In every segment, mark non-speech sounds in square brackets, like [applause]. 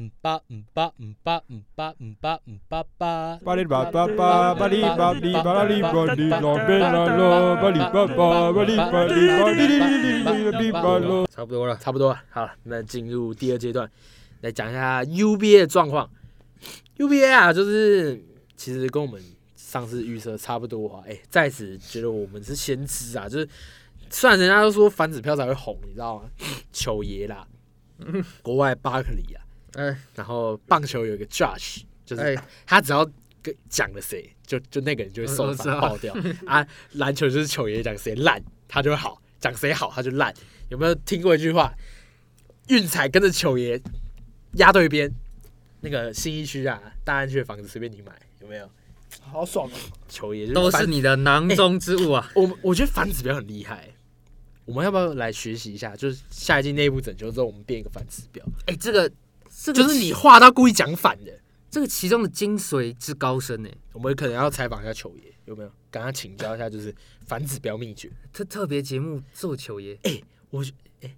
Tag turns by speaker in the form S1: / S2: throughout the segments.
S1: 嗯吧嗯吧嗯吧嗯吧嗯吧嗯吧吧。
S2: 巴里巴巴巴巴里巴里巴拉里巴里拉贝拉拉巴里巴巴巴里巴里巴里里里里里里巴拉。
S3: 差不多了，差不多了。好了，那进入第二阶段，来讲一下 UBA 的状况。UBA 啊，就是其实跟我们上次预测差不多啊。哎、在此觉得我们是先知啊，就是虽然人家都说反指票才会红，你知道吗？球爷啦，国外巴克利啊，
S4: 哎
S3: 然后棒球有一个 Josh，就是
S4: 哎，
S3: 他只要跟讲了谁，就就那个人就会受
S4: 我知道
S3: 伤爆掉啊。篮球就是球爷讲谁烂，他就会好；讲谁好，他就烂。有没有听过一句话？运彩跟着球爷压对边，那个新一区啊，大安区的房子随便你买，有没有？
S5: 好爽哦！
S3: 球爷就
S4: 都
S3: 反
S4: 是。你的囊中之
S3: [laughs]
S4: 物啊！
S3: 我们我觉得反指标很厉害，我们要不要来学习一下？就是下一季内部整修之后，我们变一个反指标，
S4: 哎，这个这个
S3: 就是你画到故意讲反的。
S4: 这个其中的精髓之高深呢，
S3: 我们可能要采访一下球爷，有没有？跟他请教一下，就是反指标秘诀。
S4: 特特别节目做球爷
S3: 我觉哎、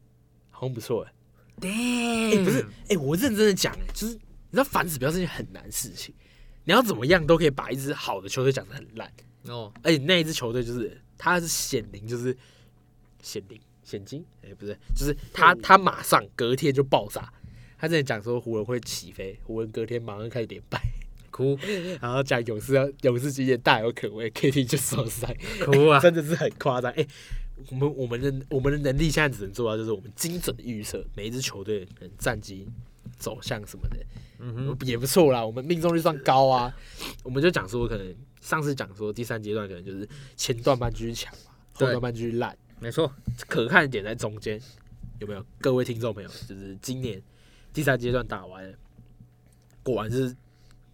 S3: 好像不错哎、
S4: ，damn，
S3: 不是哎、我认真的讲哎、就是你知道反指标是件很难事情，你要怎么样都可以把一支好的球队讲得很烂，
S4: 哦，
S3: 而且那一支球队就是他是显灵，就是显灵显金哎、不是，就是他他马上隔天就爆炸。他之前讲说湖人会起飞，湖人隔天马上开始连败，
S4: 哭
S3: [laughs] 然后讲勇士要勇士今年大有可为，KD 就受伤，
S4: 哭啊！
S3: [laughs] 真的是很夸张。哎、我们我们的我们的能力现在只能做到，就是我们精准的预测每一支球队可能战绩走向什么的，
S4: 嗯
S3: 嗯
S4: 哼，
S3: 也不错啦。我们命中率算高啊。我们就讲说，可能上次讲说第三阶段可能就是前段班继续强嘛，后
S4: 对
S3: 段班继续烂，
S4: 没错，
S3: 可看的点在中间，有没有？各位听众朋友，就是今年第三阶段打完，果然是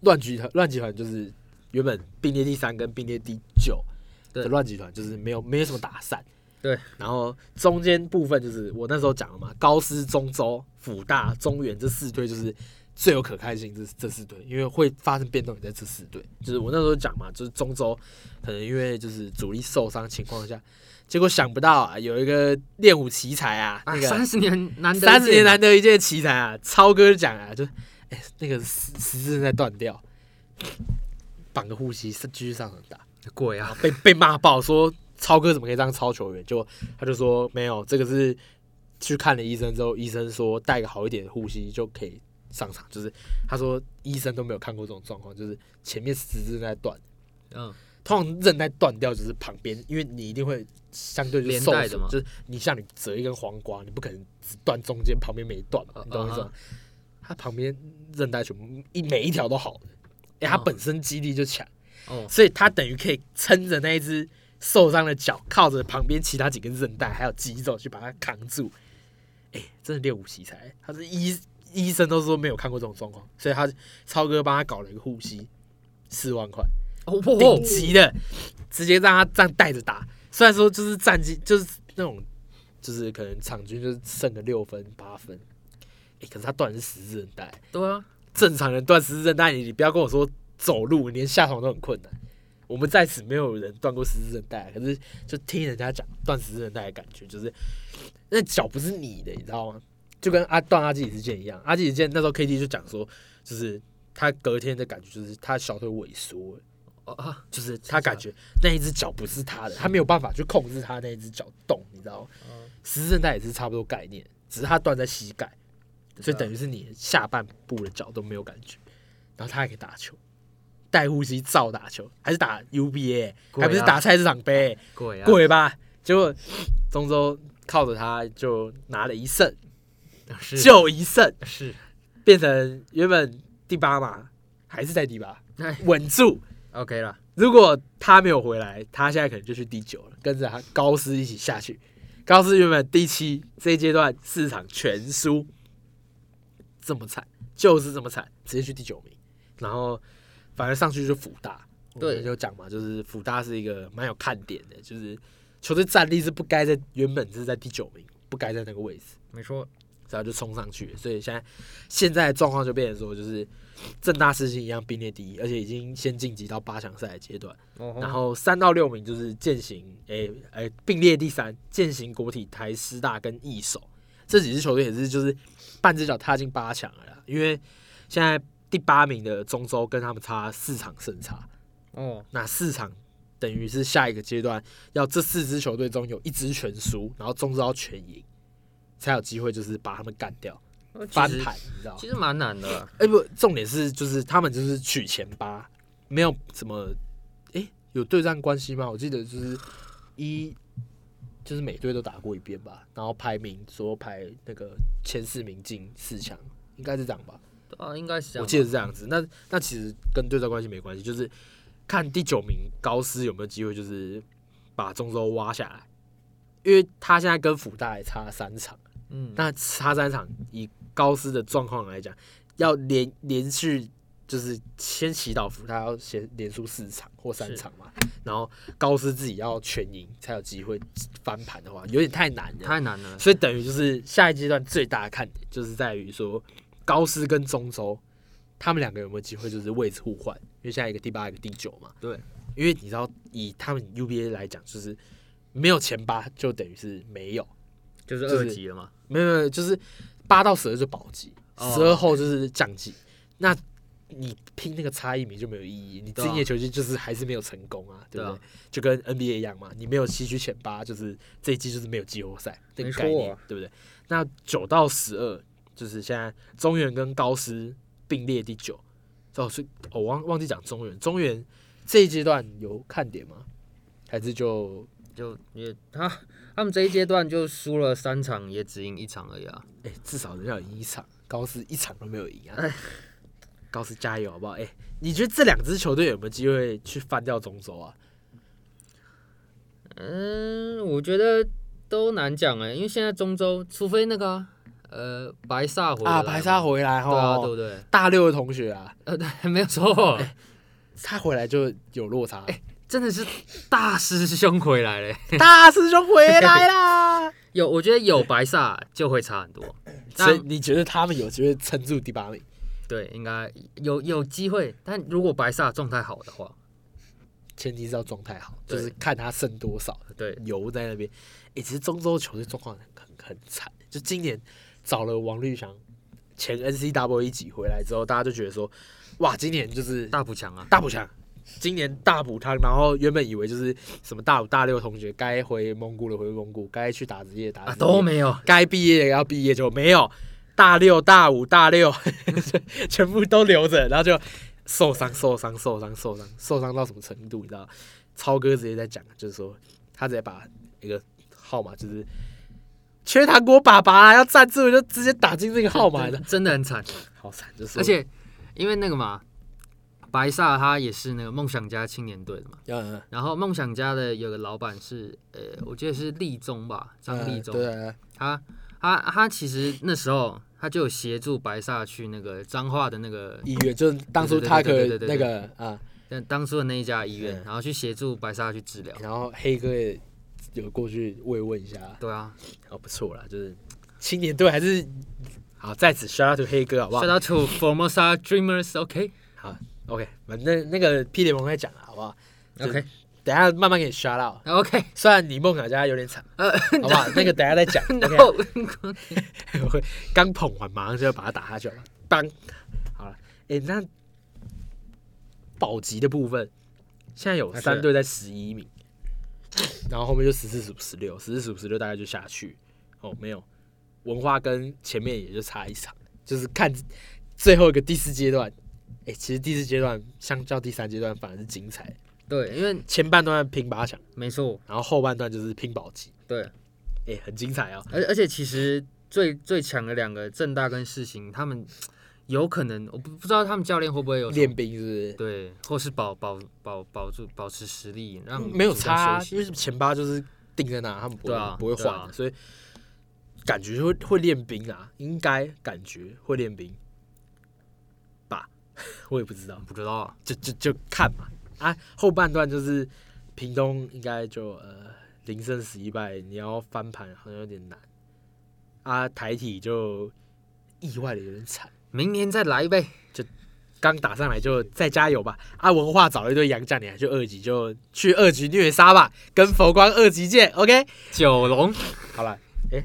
S3: 乱集团，乱集团就是原本并列第三跟并列第九
S4: 对
S3: 的乱集团，就是没有没有什么打散。
S4: 对，
S3: 然后中间部分就是我那时候讲了嘛，高师、中州、辅大、中原这四队就是最有可看性这这四队，因为会发生变动也在这四队。就是我那时候讲嘛，就是中州可能因为就是主力受伤情况下，结果想不到啊，有一个练武奇才啊，那个
S4: 三十年难得一见
S3: 三十年难得一见的奇才啊，超哥讲啊，就哎、那个十十字韧带断掉，绑个护膝，继续上场打。
S4: 鬼啊！
S3: 被被骂爆，说超哥怎么可以这样超球员？就他就说没有，这个是去看了医生之后，医生说带个好一点的护膝就可以上场。就是他说医生都没有看过这种状况，就是前面十字韧带断，
S4: 嗯，
S3: 通常韧带断掉就是旁边，因为你一定会相对就
S4: 连
S3: 受
S4: 带的
S3: 损
S4: 嘛
S3: 就是你像你折一根黄瓜，你不可能只断中间，旁边没断
S4: 啊
S3: 嘛，你懂我意思吗？他旁边韧带全部一每一条都好的，哎、他
S4: 哦
S3: 本身肌力就强。
S4: 哦，
S3: 所以他等于可以撑着那一只受伤的脚，靠着旁边其他几根韧带还有肌肉去把它扛住。哎、真的练武奇才，他是医医生都说没有看过这种状况，所以他超哥帮他搞了一个护膝，四万块，
S4: 哦，
S3: 顶级的，直接让他这样带着打。虽然说就是战绩就是那种，就是可能场均就是剩个六分八分，哎、可是他断的是十字韧带，
S4: 对啊，
S3: 正常人断十字韧带，你你不要跟我说走路，连下床都很困难。我们在此没有人断过十字韧带，啊可是就听人家讲断十字韧带的感觉，就是那脚不是你的，你知道吗？就跟阿断阿基里斯腱一样，阿基里斯腱那时候 KD 就讲说，就是他隔天的感觉就是他小腿萎缩了，
S4: 哦啊，
S3: 就是他感觉那一只脚不是他的，他没有办法去控制他那一只脚动，你知道吗？
S4: 嗯
S3: 十字韧带也是差不多概念，只是他断在膝盖，所
S4: 啊
S3: 以等于是你下半部的脚都没有感觉，然后他还可以打球，带护膝照打球，还是打 UBA，、
S4: 鬼啊
S3: 还不是打菜市场杯，
S4: 鬼啊，
S3: 贵吧？结果中州靠着他就拿了一胜，
S4: 是
S3: 就一胜，
S4: 是
S3: 变成原本第八嘛，还是在第八
S4: 哎，
S3: 稳住。
S4: OK 了，
S3: 如果他没有回来，他现在可能就去第九了，跟着他高斯一起下去。高斯原本第七，这一阶段四场全输，这么惨，就是这么惨，直接去第九名。然后反而上去就是辅大，
S4: 对
S3: 我们就讲嘛，就是辅大是一个蛮有看点的，就是球队战力是不该在原本是在第九名，不该在那个位置。
S4: 没错，
S3: 然后就冲上去了。所以现在现在的状况就变成说，就是正大事情一样并列第一，而且已经先晋级到八强赛的阶段。然
S4: 然
S3: 后三到六名就是践行，诶、诶、并列第三，践行国体、台师大跟义手这几支球队也是就是半只脚踏进八强了啦，因为现在第八名的中州跟他们差四场胜差，
S4: 哦，
S3: 那四场等于是下一个阶段要这四支球队中有一支全输，然后中州要全赢，才有机会就是把他们干掉
S4: 那其
S3: 翻啊
S4: 实
S3: 盘，你知道吗？
S4: 其实蛮难的啦。
S3: 哎、不，重点是就是他们就是取前八，没有什么哎、有对战关系吗？我记得就是一就是每队都打过一遍吧，然后排名说排那个前四名进四强，应该是这样吧？
S4: 对啊，应该是这样吧。
S3: 我记得是这样子。那那其实跟对战关系没关系，就是看第九名高斯有没有机会，就是把中州挖下来，因为他现在跟福大还差三场。
S4: 嗯，
S3: 那差三场，以高斯的状况来讲，要连连续就是先祈祷服，他要先连输四场或三场嘛，然后高斯自己要全赢才有机会翻盘的话，有点太难了。
S4: 太难了。
S3: 所以等于就是下一阶段最大的看点就是在于说，高斯跟中州他们两个有没有机会就是位置互换？因为现在一个第八，一个第九嘛。
S4: 对，
S3: 因为你知道以他们 UBA 来讲，就是没有前八就等于是没有。
S4: 就是
S3: 就是
S4: 二级了嘛。
S3: 没有没有，就是八到十二就保级，
S4: 哦
S3: 十二后就是降级。那你拼那个差异名就没有意义，你
S4: 对啊
S3: 职业球星就是还是没有成功啊，对不
S4: 对
S3: 对
S4: 啊？
S3: 就跟 NBA 一样嘛，你没有西区前八，就是这一季就是没有季后赛这个
S4: 没
S3: 概念，
S4: 错啊
S3: 对不对？那九到十二就是现在中原跟高斯并列第九，哦，是我、忘忘记讲中原，中原这一阶段有看点吗？还是就
S4: 就也他他们这一阶段就输了三场，也只赢一场而已啊。
S3: 哎、至少人家有赢一场，高斯一场都没有赢啊！高斯加油好不好？哎、你觉得这两支球队有没有机会去翻掉中州啊？
S4: 嗯，我觉得都难讲哎、因为现在中州，除非那个啊、呃白萨回
S3: 啊，
S4: 得来
S3: 白沙
S4: 嘛
S3: 回
S4: 对啊，
S3: 来
S4: 对
S3: 哈，
S4: 不对？ [laughs]
S3: 大六的同学啊，
S4: 呃，对，没有错，
S3: 他回来就有落差。
S4: [laughs] 真的是大师兄回来嘞。
S3: 大师兄回来 [laughs] 啦！
S4: [laughs] 有，我觉得有白萨就会差很多。 [laughs]
S3: 所以你觉得他们有机会撑住第八名？
S4: 对，应该有有机会，但如果白萨状态好的话，
S3: 前提是要状态好，就
S4: 对
S3: 是看他剩多少
S4: 对，
S3: 油在那边。哎、其实中州球队状况很很惨，就今年找了王绿翔前 NC W 一级回来之后，大家就觉得说，哇，今年就是
S4: 大补强啊，
S3: 大补强，今年大补他，然后原本以为就是什么大五大六同学该回蒙古的回蒙古，该去打职业的打职业
S4: 啊都没有，
S3: 该毕业的要毕业，就没有大六大五大六全部都留着，然后就受伤受伤受伤受伤受伤到什么程度，你知道？超哥直接在讲，就是说他直接把一个号码就是。缺糖果爸爸啊、要赞助就直接打进这个号码的
S4: 真，真的很惨。
S3: 好惨！就是
S4: 而且因为那个嘛，白萨他也是那个梦想家青年队的嘛，
S3: 嗯，嗯
S4: 然后梦想家的有个老板是，呃，我记得是立中吧，张立中，
S3: 对啊，
S4: 他他他其实那时候他就有协助白萨去那个彰化的那个，
S3: 医院就是当初他可
S4: 对对对对
S3: 那
S4: 对对
S3: 个啊，
S4: 但当初的那一家医院，
S3: 嗯
S4: 然后去协助白萨去治疗。
S3: 然后黑哥也有过去慰问一下，
S4: 对啊，
S3: 哦，不错啦，就是青年队还是好，在此 shout out to 黑哥好不好
S4: shout out to Formosa Dreamers，OK，OK，、
S3: ？OK，反正那个 P 联盟再讲了好不好？
S4: OK
S3: 等一下慢慢给你 shout out，
S4: 啊 OK，
S3: 虽然你梦想家有点惨，
S4: 呃 [laughs]
S3: 好不好？那个等一下再讲。
S4: 然
S3: OK，
S4: 后
S3: 我会 [laughs] 刚捧完马上就要把它打下去了，当好了，哎、那保级的部分现在有
S4: 还是
S3: 三队在十一名，然后后面就十四、十五、十六，十四、十五、十六大概就下去。哦，没有，文化跟前面也就差一场，就是看最后一个第四阶段。哎、其实第四阶段相较第三阶段反而是精彩的，
S4: 对，因为
S3: 前半段拼八强，
S4: 没错，
S3: 然后后半段就是拼保级，
S4: 对，
S3: 哎、很精彩啊、
S4: 而而且其实最最强的两个正大跟世行，他们有可能我不不知道他们教练会不会有什么
S3: 练兵是不是？
S4: 对，或是保保保保住保持实力，让
S3: 没有
S4: 主动
S3: 差啊、
S4: 休息
S3: 因为前八就是定在那，他们不会、
S4: 对啊
S3: 不会换、
S4: 对啊
S3: 所以感觉会会练兵啊，应该感觉会练兵吧， [laughs] 我也不知道，
S4: 不知道啊，
S3: 就就就看嘛啊，后半段就是屏东应该就呃零胜十一败，你要翻盘好像有点难啊，台体就意外的有点惨。
S4: 明年再来呗。
S3: 刚打上来就再加油吧！啊，文化找了一堆洋将，你还去二级就去二级虐杀吧，跟佛光二级见，OK？
S4: 九龙，
S3: [laughs] 好了，哎、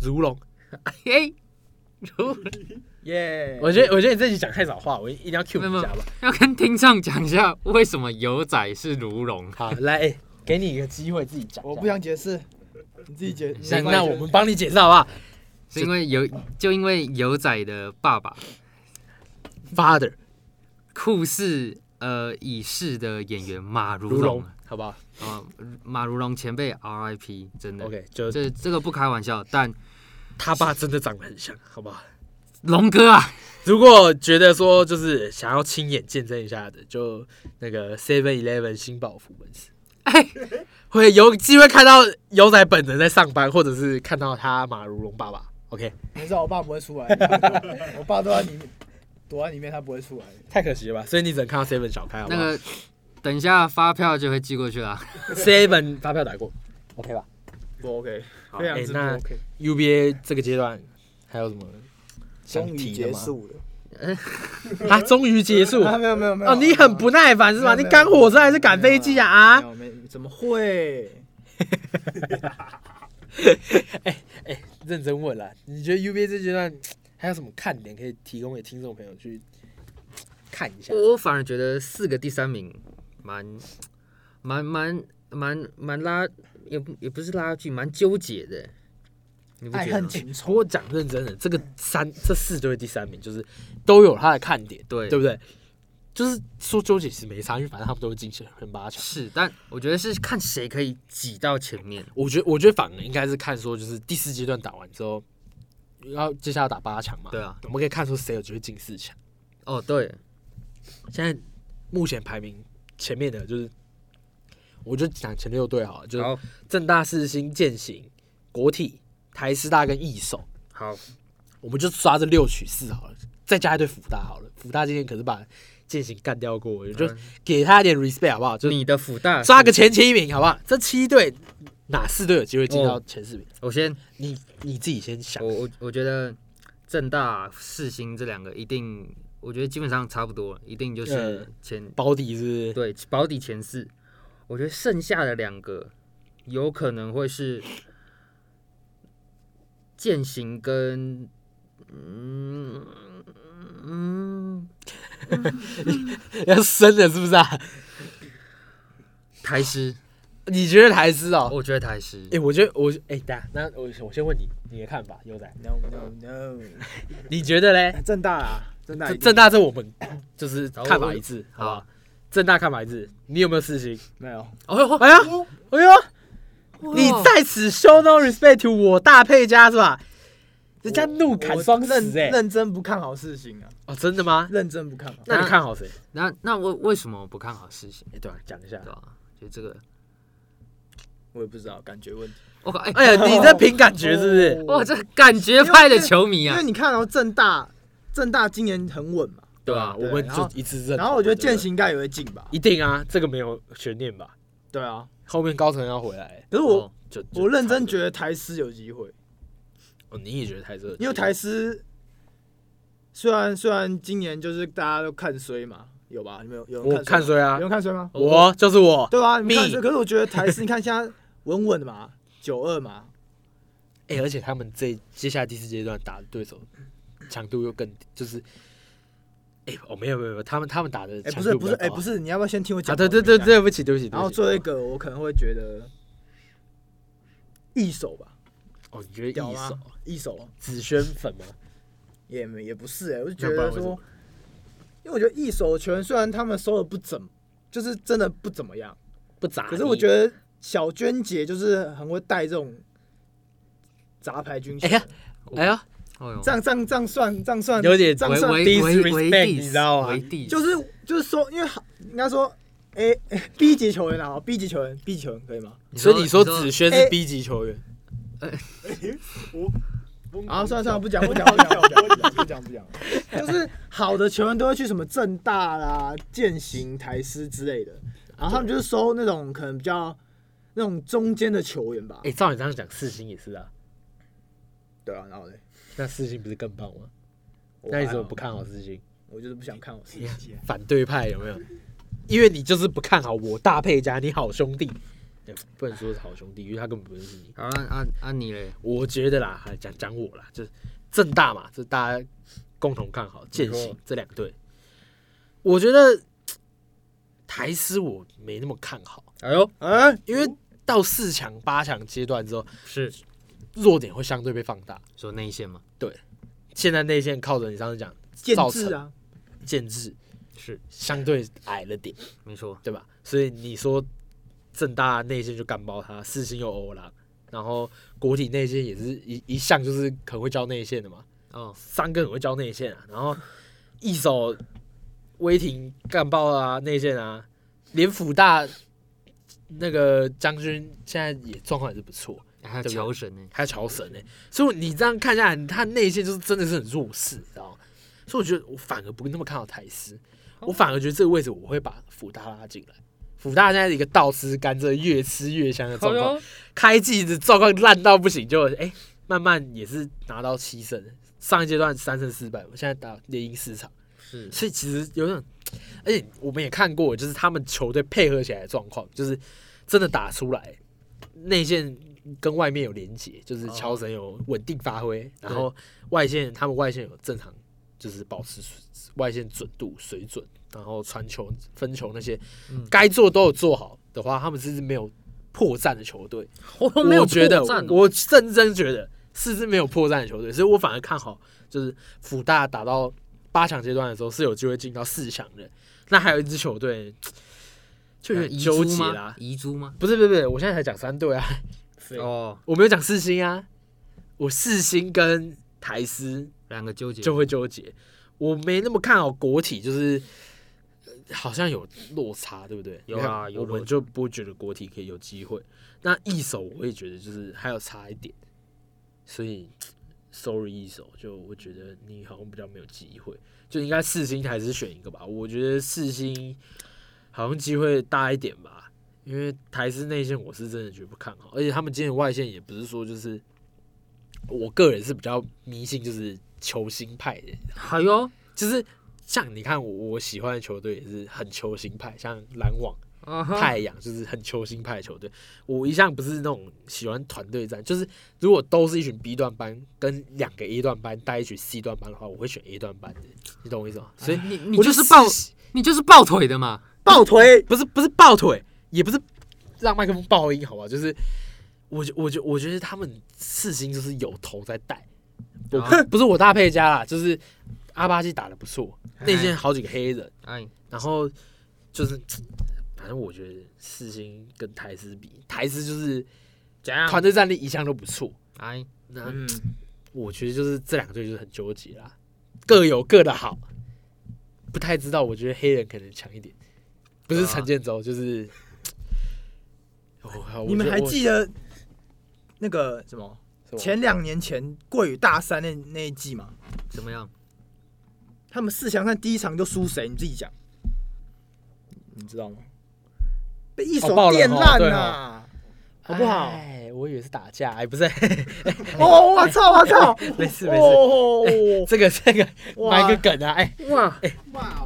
S3: 如龙，
S4: 哎，
S5: 耶！
S3: 我觉得我觉得你这集讲太少话，我一定要 Q
S4: 没有
S3: 一下吧。
S4: 要跟听众讲一下为什么油仔是卢龙。
S3: 好，来，哎给你一个机会自己讲一下。
S5: 我不想解释，你自己解。你
S3: 行，
S5: 自己
S3: 那
S5: 解
S3: 我们帮你解释好不好
S4: 是因为油，就因为油仔的爸爸
S3: ？Father
S4: 酷似呃已逝的演员马如
S3: 如
S4: 龙
S3: 龙
S4: 啊、，呃
S3: 好不好
S4: 马如龙前辈 RIP，真的
S3: ？OK，就
S4: 这这个不开玩笑，但
S3: 他爸真的长得很像，好不好？
S4: 龙哥啊，
S3: 如果觉得说就是想要亲眼见证一下的，就那个 Seven Eleven 新宝福门市，
S4: 哎
S3: 会有机会看到牛仔本人在上班，或者是看到他马如龙爸爸。OK，
S5: 你知道我爸不会出来，我爸都在里面躲在里面，他不会出来。
S3: 太可惜了吧？所以你只能看到 Seven 小开，好不
S4: 那
S3: 好
S4: 个等一下发票就会寄过去啊啦。
S3: ？Seven 发票打过，OK 吧？
S5: 不 OK，
S3: 好，
S5: 非常
S3: 哎
S5: 之不
S3: 那
S5: OK。
S3: UBA 这个阶段还有什么想
S5: 终于
S3: 提的
S5: 结
S3: 吗？
S5: 束了，
S3: 啊，终于结束。
S5: 啊没有没有没有。
S3: 哦，你很不耐烦是吧？你
S5: 没有
S3: 赶火车还是赶飞机啊？啊
S5: 没，有没有怎么会？
S3: 认真问啦，你觉得 UBA 这阶段还有什么看点可以提供给听众朋友去看一下？
S4: 我反而觉得四个第三名蛮蛮蛮蛮蛮拉，也不也不是拉锯，蛮纠结的。你不
S5: 爱
S4: 觉得
S5: 恨
S4: 吗？
S5: 情仇，
S3: 我讲认真的，这个三这四队第三名就是都有他的看点，
S4: 对
S3: 对不对？就是说纠结其实没差，因为反正他们都会进前八强。
S4: 是，但我觉得是看谁可以挤到前面。
S3: 我觉得我觉得反而应该是看说，就是第四阶段打完之后，要接下来打八强嘛，
S4: 对啊，
S3: 我们可以看出谁有机会进四强。
S4: 哦，对，
S3: 现在目前排名前面的就是，我就讲前六队好了，就是
S4: 好
S3: 正大、四星、践行、国体、台师大跟义手，
S4: 好，
S3: 我们就抓这六取四好了，再加一队福大好了。福大今天可是把践行干掉过，我就
S4: 嗯
S3: 给他一点 respect 好不好？就
S4: 你的福大
S3: 抓
S4: 是
S3: 个前七名好不好？这七队哪四队有机会进到
S4: 哦
S3: 前四名？
S4: 我先
S3: 你你自己先想
S4: 我。我我觉得正大、世新这两个一定，我觉得基本上差不多了，一定就是
S3: 嗯
S4: 前、
S3: 保底是不是？ [laughs]
S4: 对保底前四。我觉得剩下的两个有可能会是践行跟嗯嗯
S3: 要升了是不是啊？
S4: 台师，
S3: 你觉得台师哦？
S4: 我觉得台师
S3: 哎、我觉得我哎、等下，那我我先问你你的看法，优仔，
S5: No no no，
S3: 你觉得嘞？
S5: 正大啊，正大一
S3: 正
S5: 定
S3: 正大这我们 [coughs] 就是
S4: 好
S3: 看
S4: 我
S3: 法一致，好不
S4: 好
S3: 好？正大看法一致，你有没有事情？
S5: 没有，
S4: 哦哟，
S3: 哎呀，哎呀，你在此 show no respect to 我大佩家是吧？人家怒砍双
S5: 我认
S3: 死哎！
S5: 认真不看好事情啊，
S3: 哦，真的吗？
S5: 认真不看好。
S3: 那你看好谁？
S4: 那那为为什么我不看好世新？
S3: 哎，对啊，讲一下
S4: 对。吧？就这个，
S5: 我也不知道，感觉问题。
S4: 我靠，哎、
S3: 哎呀，你在凭感觉是不是？
S4: 哇，这感觉派的球迷
S5: 因
S4: 啊
S5: 为，你看哦，正大正大今年很稳嘛，
S3: [laughs] 对啊
S4: 吧
S3: 吧？我们就一致认同。
S5: 然后我觉得
S3: 对不对
S5: 践行应该也会进吧。
S3: 一定啊，这个没有悬念吧？
S5: 对啊，
S3: 后面高层要回来，
S5: 可是我
S4: 哦
S3: 就就
S5: 我认真觉得台师有机会，
S3: 哦，你也觉得太热，
S5: 因为台师虽然虽然今年就是大家都看衰嘛，有吧？你们有有人
S3: 我看谁
S5: 衰吗？
S3: 啊
S5: 有？人看衰吗？
S3: 我就是我。
S5: 对啊吧？你们看衰，
S3: 密
S5: 可是我觉得台师，你看现在稳稳的嘛，九二嘛，
S3: 哎、而且他们这接下来第四阶段打的对手强度又更就是，哎、哦没有没有没有，他们他们打的
S5: 哎，不
S3: 强
S5: 是
S3: 度
S5: 不是，
S3: 比较
S5: 哎，
S3: 高
S5: 不是，你要不要先听我
S3: 啊，
S5: 讲？
S3: 对对对，对不起对不起，
S5: 然后
S3: 对不起
S5: 最后一个我可能会觉得一手吧，
S3: 哦，你觉得
S5: 屌啊
S3: 一
S5: 吗
S3: 手？
S5: 一手
S3: 紫萱粉吗？
S5: 也没也不是哎、我就
S3: 那
S5: 觉
S3: 不然
S5: 得
S3: 为什
S5: 说
S3: 么，
S5: 因为我觉得一手拳虽然他们收的不怎么，就是真的不怎么样，
S3: 不咋地，
S5: 可是我觉得小娟姐就是很会带这种杂牌军
S3: 哎
S5: 衔、
S3: 呀哎呀，
S4: 哦哟
S5: 这样这样这样算这样算
S3: 有点
S5: 这样
S4: 为
S5: 算
S4: 为
S3: 第一
S4: 为
S3: 次
S4: 为
S3: respect，
S4: 地
S3: 你知道吗
S4: 为地
S5: 就是就是说，因为好应该说。A B 级球员啊，B 级球员，B 级球员可以吗？
S3: 所以你说紫萱是
S5: 哎
S3: B 级球员，
S5: 啊，算了算了，不讲不讲不讲不讲不讲不讲，就是好的球员都会去什么正大啦、践行、台师之类的，然后他们就是收那种可能比较那种中间的球员吧
S3: 哎、。照你这样讲，四星也是啊，
S5: 对啊，然后嘞，
S3: 那四星不是更棒吗？
S5: 我
S3: 那你怎么
S5: 还好
S3: 不？看好四星？
S5: 我就是不想看我自己。
S3: 反对派有没有？因为你就是不看好我大佩家，你好兄弟，哎不能说是好兄弟，因为他根本不认识你。
S4: 好啊啊啊你嘞？
S3: 我觉得啦，还讲讲我啦，就是正大嘛，这大家共同看好践行这两队，我觉得台师我没那么看好，
S4: 哎呦，
S5: 哎，
S3: 因为到四强、八强阶段之后，
S4: 是
S3: 弱点会相对被放大。
S4: 说内线吗？
S3: 现在内线靠着你上次讲
S5: 建
S3: 造
S5: 制
S3: 成
S5: 啊，
S3: 建制
S4: 是，
S3: 相对矮了点，
S4: 没错，
S3: 对吧？所以你说正大内线就干爆他，四星又欧狼，然后国体内线也是一一向就是很会教内线的嘛，
S4: 哦，
S3: 三个很会教内线啊，然后一手威霆干爆啊内线啊，连辅大那个将军现在也状况也是不错，
S4: 还有乔神呢，
S3: 还有乔神呢、所以你这样看下来，他内线就是真的是很弱势，你知道吗？所以我觉得我反而不那么看好台师，我反而觉得这个位置我会把辅大拉进来。辅大现在是一个倒吃甘蔗越吃越香的状况，开季的状况烂到不行，就哎、慢慢也是拿到七胜，上一阶段三胜四败，我现在打连赢四场，
S4: 是
S3: 所以其实有点，而且我们也看过，就是他们球队配合起来的状况，就是真的打出来内线跟外面有连结，就是
S4: 哦
S3: 乔神有稳定发挥，然后外线他们外线有正常就是保持外线准度水准，然后传球分球那些
S4: 嗯
S3: 该做都有做好的话，他们是没有破绽的球队。
S4: 我
S3: [laughs]
S4: 都没有
S3: 我觉得
S4: 破绽，哦
S3: 我认真觉得四支没有破绽的球队，所以我反而看好就是辅大打到八强阶段的时候是有机会进到四强的。那还有一支球队就有
S4: 呃
S3: 点
S4: 遗
S3: 纠
S4: 珠
S3: 结
S4: 吗
S3: 啦。
S4: 遗珠吗？
S3: 不是不是不是，我现在才讲三队啊，
S4: 哦，
S3: [laughs] 我没有讲四星啊，我四星跟台师
S4: 两个纠结
S3: 就会纠结，我没那么看好国体，就是。呃好像有落差，对不对？
S4: 有啊
S3: 你看
S4: 有
S3: 我
S4: 落
S3: 们
S4: 差
S3: 就不觉得国体可以有机会。那一手我也觉得就是还有差一点，所以 sorry 一手就我觉得你好像比较没有机会，就应该四星还是选一个吧。我觉得四星好像机会大一点吧，因为台式内线我是真的觉得不看好，而且他们今天的外线也不是说就是，我个人是比较迷信就是球星派的，
S4: 哎呦，
S3: 就是像你看我我喜欢的球队也是很球星派，像篮网。
S4: 啊哈，
S3: 太阳就是很球星派的球队。我一向不是那种喜欢团队战，就是如果都是一群 B 段班跟两个 A 段班带一群 C 段班的话，我会选 A 段班的，你懂我意思吗？所以
S4: 你啊你
S3: 我
S4: 就是
S3: 是
S4: 抱你就是抱腿的嘛，
S5: 抱腿，
S3: 不是不是抱腿，也不是让麦克风爆音，好不好？就是我觉我觉我觉得他们四星就是有头在带，我、
S4: 啊
S3: 不是我搭配家啦，就是阿巴基打的不错，内
S4: 哎
S3: 线好几个黑人，
S4: 哎，
S3: 然后就是。 [coughs] 反正我觉得四星跟台师比，台师就是
S4: 怎
S5: 啊
S4: 样
S3: 团队战力一向都不错。
S4: 哎，
S3: 那
S4: 嗯，
S3: 我觉得就是这两个队就是很纠结啦，各有各的好，不太知道。我觉得黑人可能强一点，不是
S4: 啊
S3: 陈建州，就是。哦我
S5: 你们还记得那个什么
S3: 我
S5: 前两年前桂宇大三那那一季吗？
S4: 怎么样？
S5: 他们四强赛第一场就输谁？你自己讲，你知道吗？被一手
S3: 哦爆冷哦
S5: 电烂
S3: 对
S5: 啦、
S3: 哦
S5: 好不好
S3: 哎，我以为是打架，哎，不是， [laughs]
S5: 哦，我操，我操！
S3: 没事没事，
S5: 哦，
S3: 这个这个
S5: 哇
S3: 埋个梗啊，哎，
S4: 哇，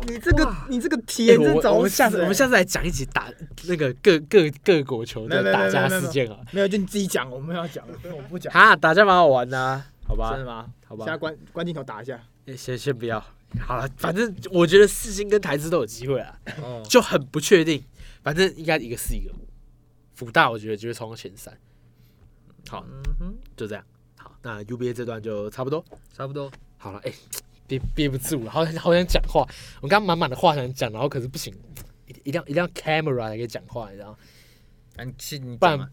S5: 你这个你这个体
S3: 哎
S5: 验
S3: 我
S5: 真
S3: 我
S5: 找
S3: 们
S5: 死欸！
S3: 下次我们下次来讲一起打那个各各各国球
S5: 没有
S3: 队
S5: 没有
S3: 打架
S5: 没有没有
S3: 事件啊，
S5: 没有，就你自己讲，我们要讲，我不讲。
S3: 哈，打架蛮好玩的啊，好吧
S5: 真的，吗？
S3: 好啊吧
S5: 现在，关关镜头打一下。
S3: 先先不要，好了，反正我觉得四星跟台资都有机会啊，
S4: 哦，
S3: 就很不确定，反正应该一个是一个五。福大我觉得就会冲到前三，好，
S4: 嗯哼，
S3: 就这样。好，那 UBA 这段就差不多。
S4: 差不多，
S3: 好了，哎、憋憋不住了，好想好想讲话，我刚刚满满的话想讲，然后可是不行，一定一定要一定要 camera 才可以讲话，你知道吗？
S4: 啊，你去你
S3: 不
S4: 讲
S3: 然
S4: 嘛，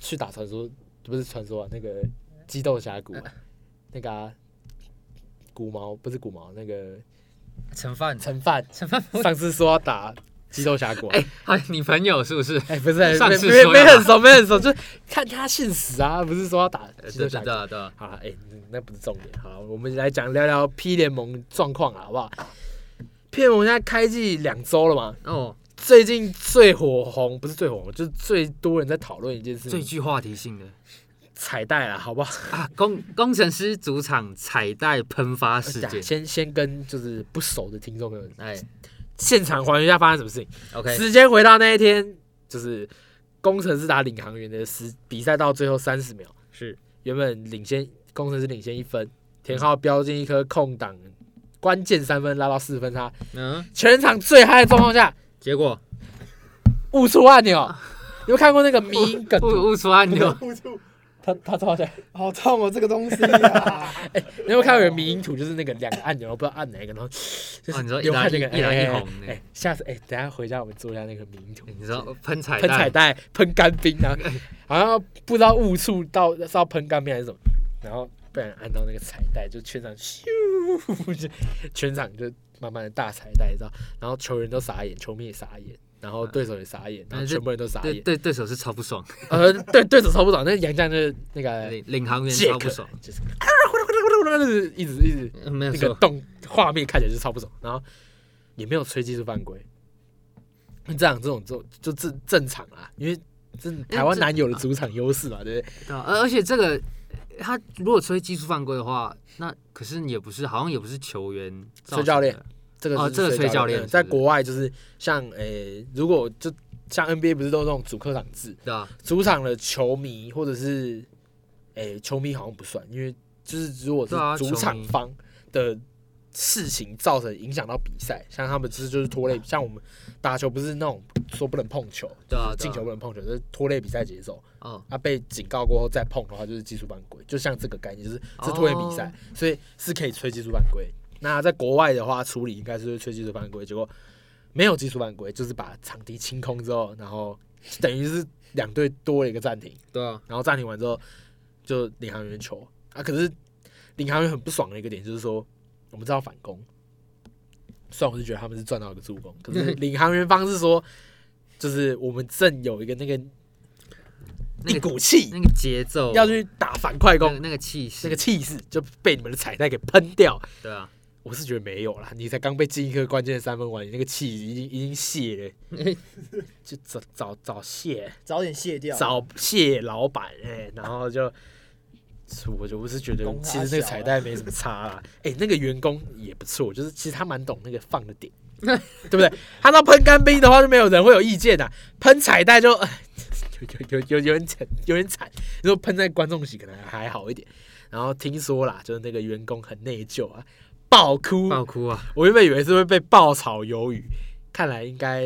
S3: 去打传说，不是传说啊，那个
S4: 嗯
S3: 激斗峡谷、啊，那个、啊、古毛不是古毛，那个
S4: 盛饭，
S3: 陈范，
S4: 盛饭，
S3: 上次说要打激斗峡谷啊，
S4: 哎，哎，你朋友是不是？
S3: 哎、不是，没
S4: 上次
S3: 没
S4: 说
S3: 没
S4: 要
S3: 很熟，没很熟， [laughs] 就看他现实啊，不是说要打
S4: 呃
S3: 激
S4: 对对
S3: 斗峡
S4: 对
S3: 谷。
S4: 啊对啊，
S3: 好了，哎、那不是重点。好，我们来讲聊聊 P 联盟状况啊，好不好？P 联盟现在开季两周了嘛，
S4: 哦，
S3: 最近最火红不是最火红，就是最多人在讨论一件事
S4: 最
S3: 情，
S4: 具话题性的
S3: 彩带啦，好不好？
S4: 嗯啊，工工程师主场彩带喷发事件，
S3: 呃先先跟就是不熟的听众朋友
S4: 啊哎
S3: [laughs] 现场还原一下发生什么事情。
S4: ，OK，
S3: 时间回到那一天，就是工程师打领航员的时比赛到最后三十秒，
S4: 是
S3: 原本领先工程师领先一分，田浩飙进一颗空档，关键三分拉到四分差，
S4: 嗯，
S3: 全场最嗨的状况下
S4: 结果
S3: 误触按钮， [laughs] 你有看过那个迷梗
S4: 误误出按钮，
S3: 他他超像，
S5: [laughs] 好痛哦，这个东
S3: [laughs]
S5: 西啊！
S3: 你有没有看过有迷因图？就是那个两个按钮，不知道按哪一个，然后就
S4: 哦
S3: 是
S4: 你说一
S3: 流
S4: 蓝
S3: 汗那个
S4: 一一蓝一
S3: 哎哎
S4: 红那
S3: 哎
S4: 个
S3: 哎，下次哎，等一下回家我们做一下那个迷因图，
S4: 你知道喷彩
S3: 喷
S4: 蛋
S3: 彩带、喷干冰啊，好像不知道误触到是要喷干冰还是什么，然后不然按到那个彩带，就全场咻，就全场就慢慢的大彩带，你知道，然后球员都傻眼，球迷也傻眼。然后对手也傻眼，然
S4: 嗯
S3: 后全部人都傻
S4: 对
S3: 眼。
S4: 对对手是超不爽，
S3: 呃，对对手超不爽，那杨绛就是那个
S4: 领领航员
S3: 杰
S4: 超不
S3: 克
S4: 爽，，
S3: 就是啊，呼噜呼噜呼噜呼噜就是一直一直
S4: 嗯没有
S3: 那个
S4: 错，
S3: 动画面看起来就超不爽，然后也没有吹技术犯规，那这样这种就就正正常啦，因为这台湾男友的主场优势嘛，对不对？
S4: 对啊而而且这个他如果吹技术犯规的话，那可是也不是好像也不是球员造成的，
S3: 吹教练这个
S4: 哦
S3: 是
S4: 这个
S3: 吹
S4: 吹
S3: 教
S4: 教练
S3: 嗯
S4: 是
S3: 在国外就是像诶、如果就像 NBA 不是都是那种主客场制，
S4: 对啊，
S3: 主场的球迷或者是诶、球迷好像不算，因为就是如果是
S4: 对啊
S3: 主
S4: 球
S3: 场
S4: 迷
S3: 方的事情造成影响到比赛，像他们就是就是拖累，像我们打球不是那种说不能碰球，
S4: 对啊，
S3: 进球
S4: 对啊
S3: 不能碰球，就是拖累比赛节奏。
S4: 哦，
S3: 啊，被警告过后再碰的话，就是技术犯规，就像这个概念，就是是拖延比
S4: 哦
S3: 赛，所以是可以吹技术犯规。那在国外的话，处理应该是会吹技术犯规，结果没有技术犯规，就是把场地清空之后，然后等于是两队多了一个暂停，
S4: 对啊，
S3: 然后暂停完之后就领航员球啊，可是领航员很不爽的一个点就是说，我们知道反攻，虽然我是觉得他们是赚到一个助攻，可是领航员方是说，就是我们正有一个那个
S4: 那
S3: 一
S4: 个
S3: 股气
S4: 那个节奏
S3: 要去打反快
S4: 那个
S3: 攻，
S4: 那个气势，
S3: 那个气势就被你们的彩带给喷掉。
S4: 对啊，
S3: 我是觉得没有啦，你才刚被进一颗关键的三分完，你那个气已经已经泄
S4: [laughs]
S3: 了，就早早早泄。
S5: 早点卸掉，
S3: 找谢老板哎、然后就，我就我是觉得
S5: 公
S3: 其
S5: 拉
S3: 实那个
S5: 小
S3: 彩
S5: 啊
S3: 带没什么差
S5: [laughs]
S3: 啦，哎、那个员工也不错，就是其实他蛮懂那个放的点，对不对？他到喷干冰的话就没有人会有意见的、喷彩带就哎有有有有有点惨，有点惨。如果喷在观众席可能还好一点，然后听说啦，就是那个员工很内疚啊，爆哭，
S4: 爆哭啊，
S3: 我原本以为是会被爆炒鱿鱼，看来应该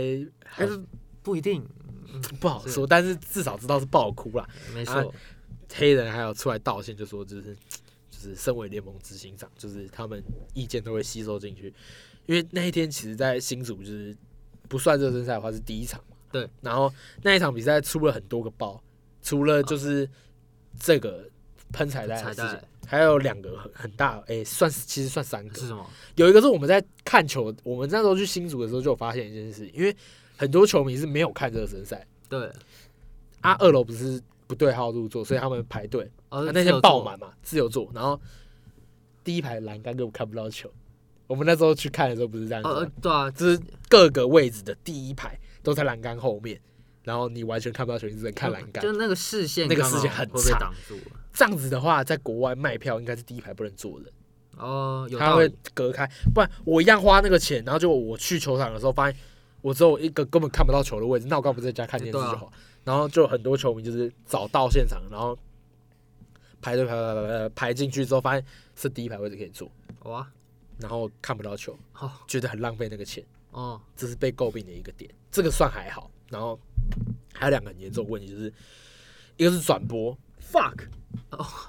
S3: 还
S4: 但
S3: 是
S4: 是哎不一定，
S3: [laughs]
S4: 嗯
S3: 不好
S4: 是
S3: 说，但是至少知道是爆哭啦。
S4: 没
S3: 啊
S4: 错，
S3: 黑人还有出来道歉，就说就是就是身为联盟执行长，就是他们意见都会吸收进去。因为那一天其实，在新组就是不算热身赛的话是第一场嘛，
S4: 对。
S3: 然后那一场比赛出了很多个包，除了就是这个喷彩带的
S4: 彩
S3: 事情
S4: 带，
S3: 还有两个很很大，诶、算是其实算三个
S4: 是，什么？
S3: 有一个是我们在看球，我们那时候去新组的时候就有发现一件事，因为很多球迷是没有看热身赛，
S4: 对，
S3: 啊，二楼不是不对号入座，所以他们排队。
S4: 哦
S3: 啊，那
S4: 自由
S3: 天
S4: 座
S3: 爆满嘛，自由座，然后第一排栏杆根本看不到球。我们那时候去看的时候不是这样子
S4: 哦，呃
S3: 吗，
S4: 对啊，
S3: 就是各个位置的第一排都在栏杆后面，然后你完全看不到球，你只能看栏杆
S4: 就。那个视线
S3: 那个
S4: 刚好
S3: 视线很
S4: 会被
S3: 差
S4: 挡住了
S3: 这样子的话，在国外卖票应该是第一排不能坐人，
S4: 哦，有
S3: 他
S4: 道
S3: 会
S4: 理，
S3: 隔开，不然我一样花那个钱，然后就我去球场的时候发现我只有一个根本看不到球的位置，那我干嘛不在家看电视
S4: 对啊
S3: 就好？然后就很多球迷就是早到现场，然后排队排排排排排进去之后，发现是第一排位置可以坐。
S4: 哇，
S3: 然后看不到球，
S4: 好
S3: 觉得很浪费那个钱，
S4: 哦，
S3: 这是被诟病的一个点。这个算还好，然后还有两个很严重的问题，就是一个是转播，
S5: fuck，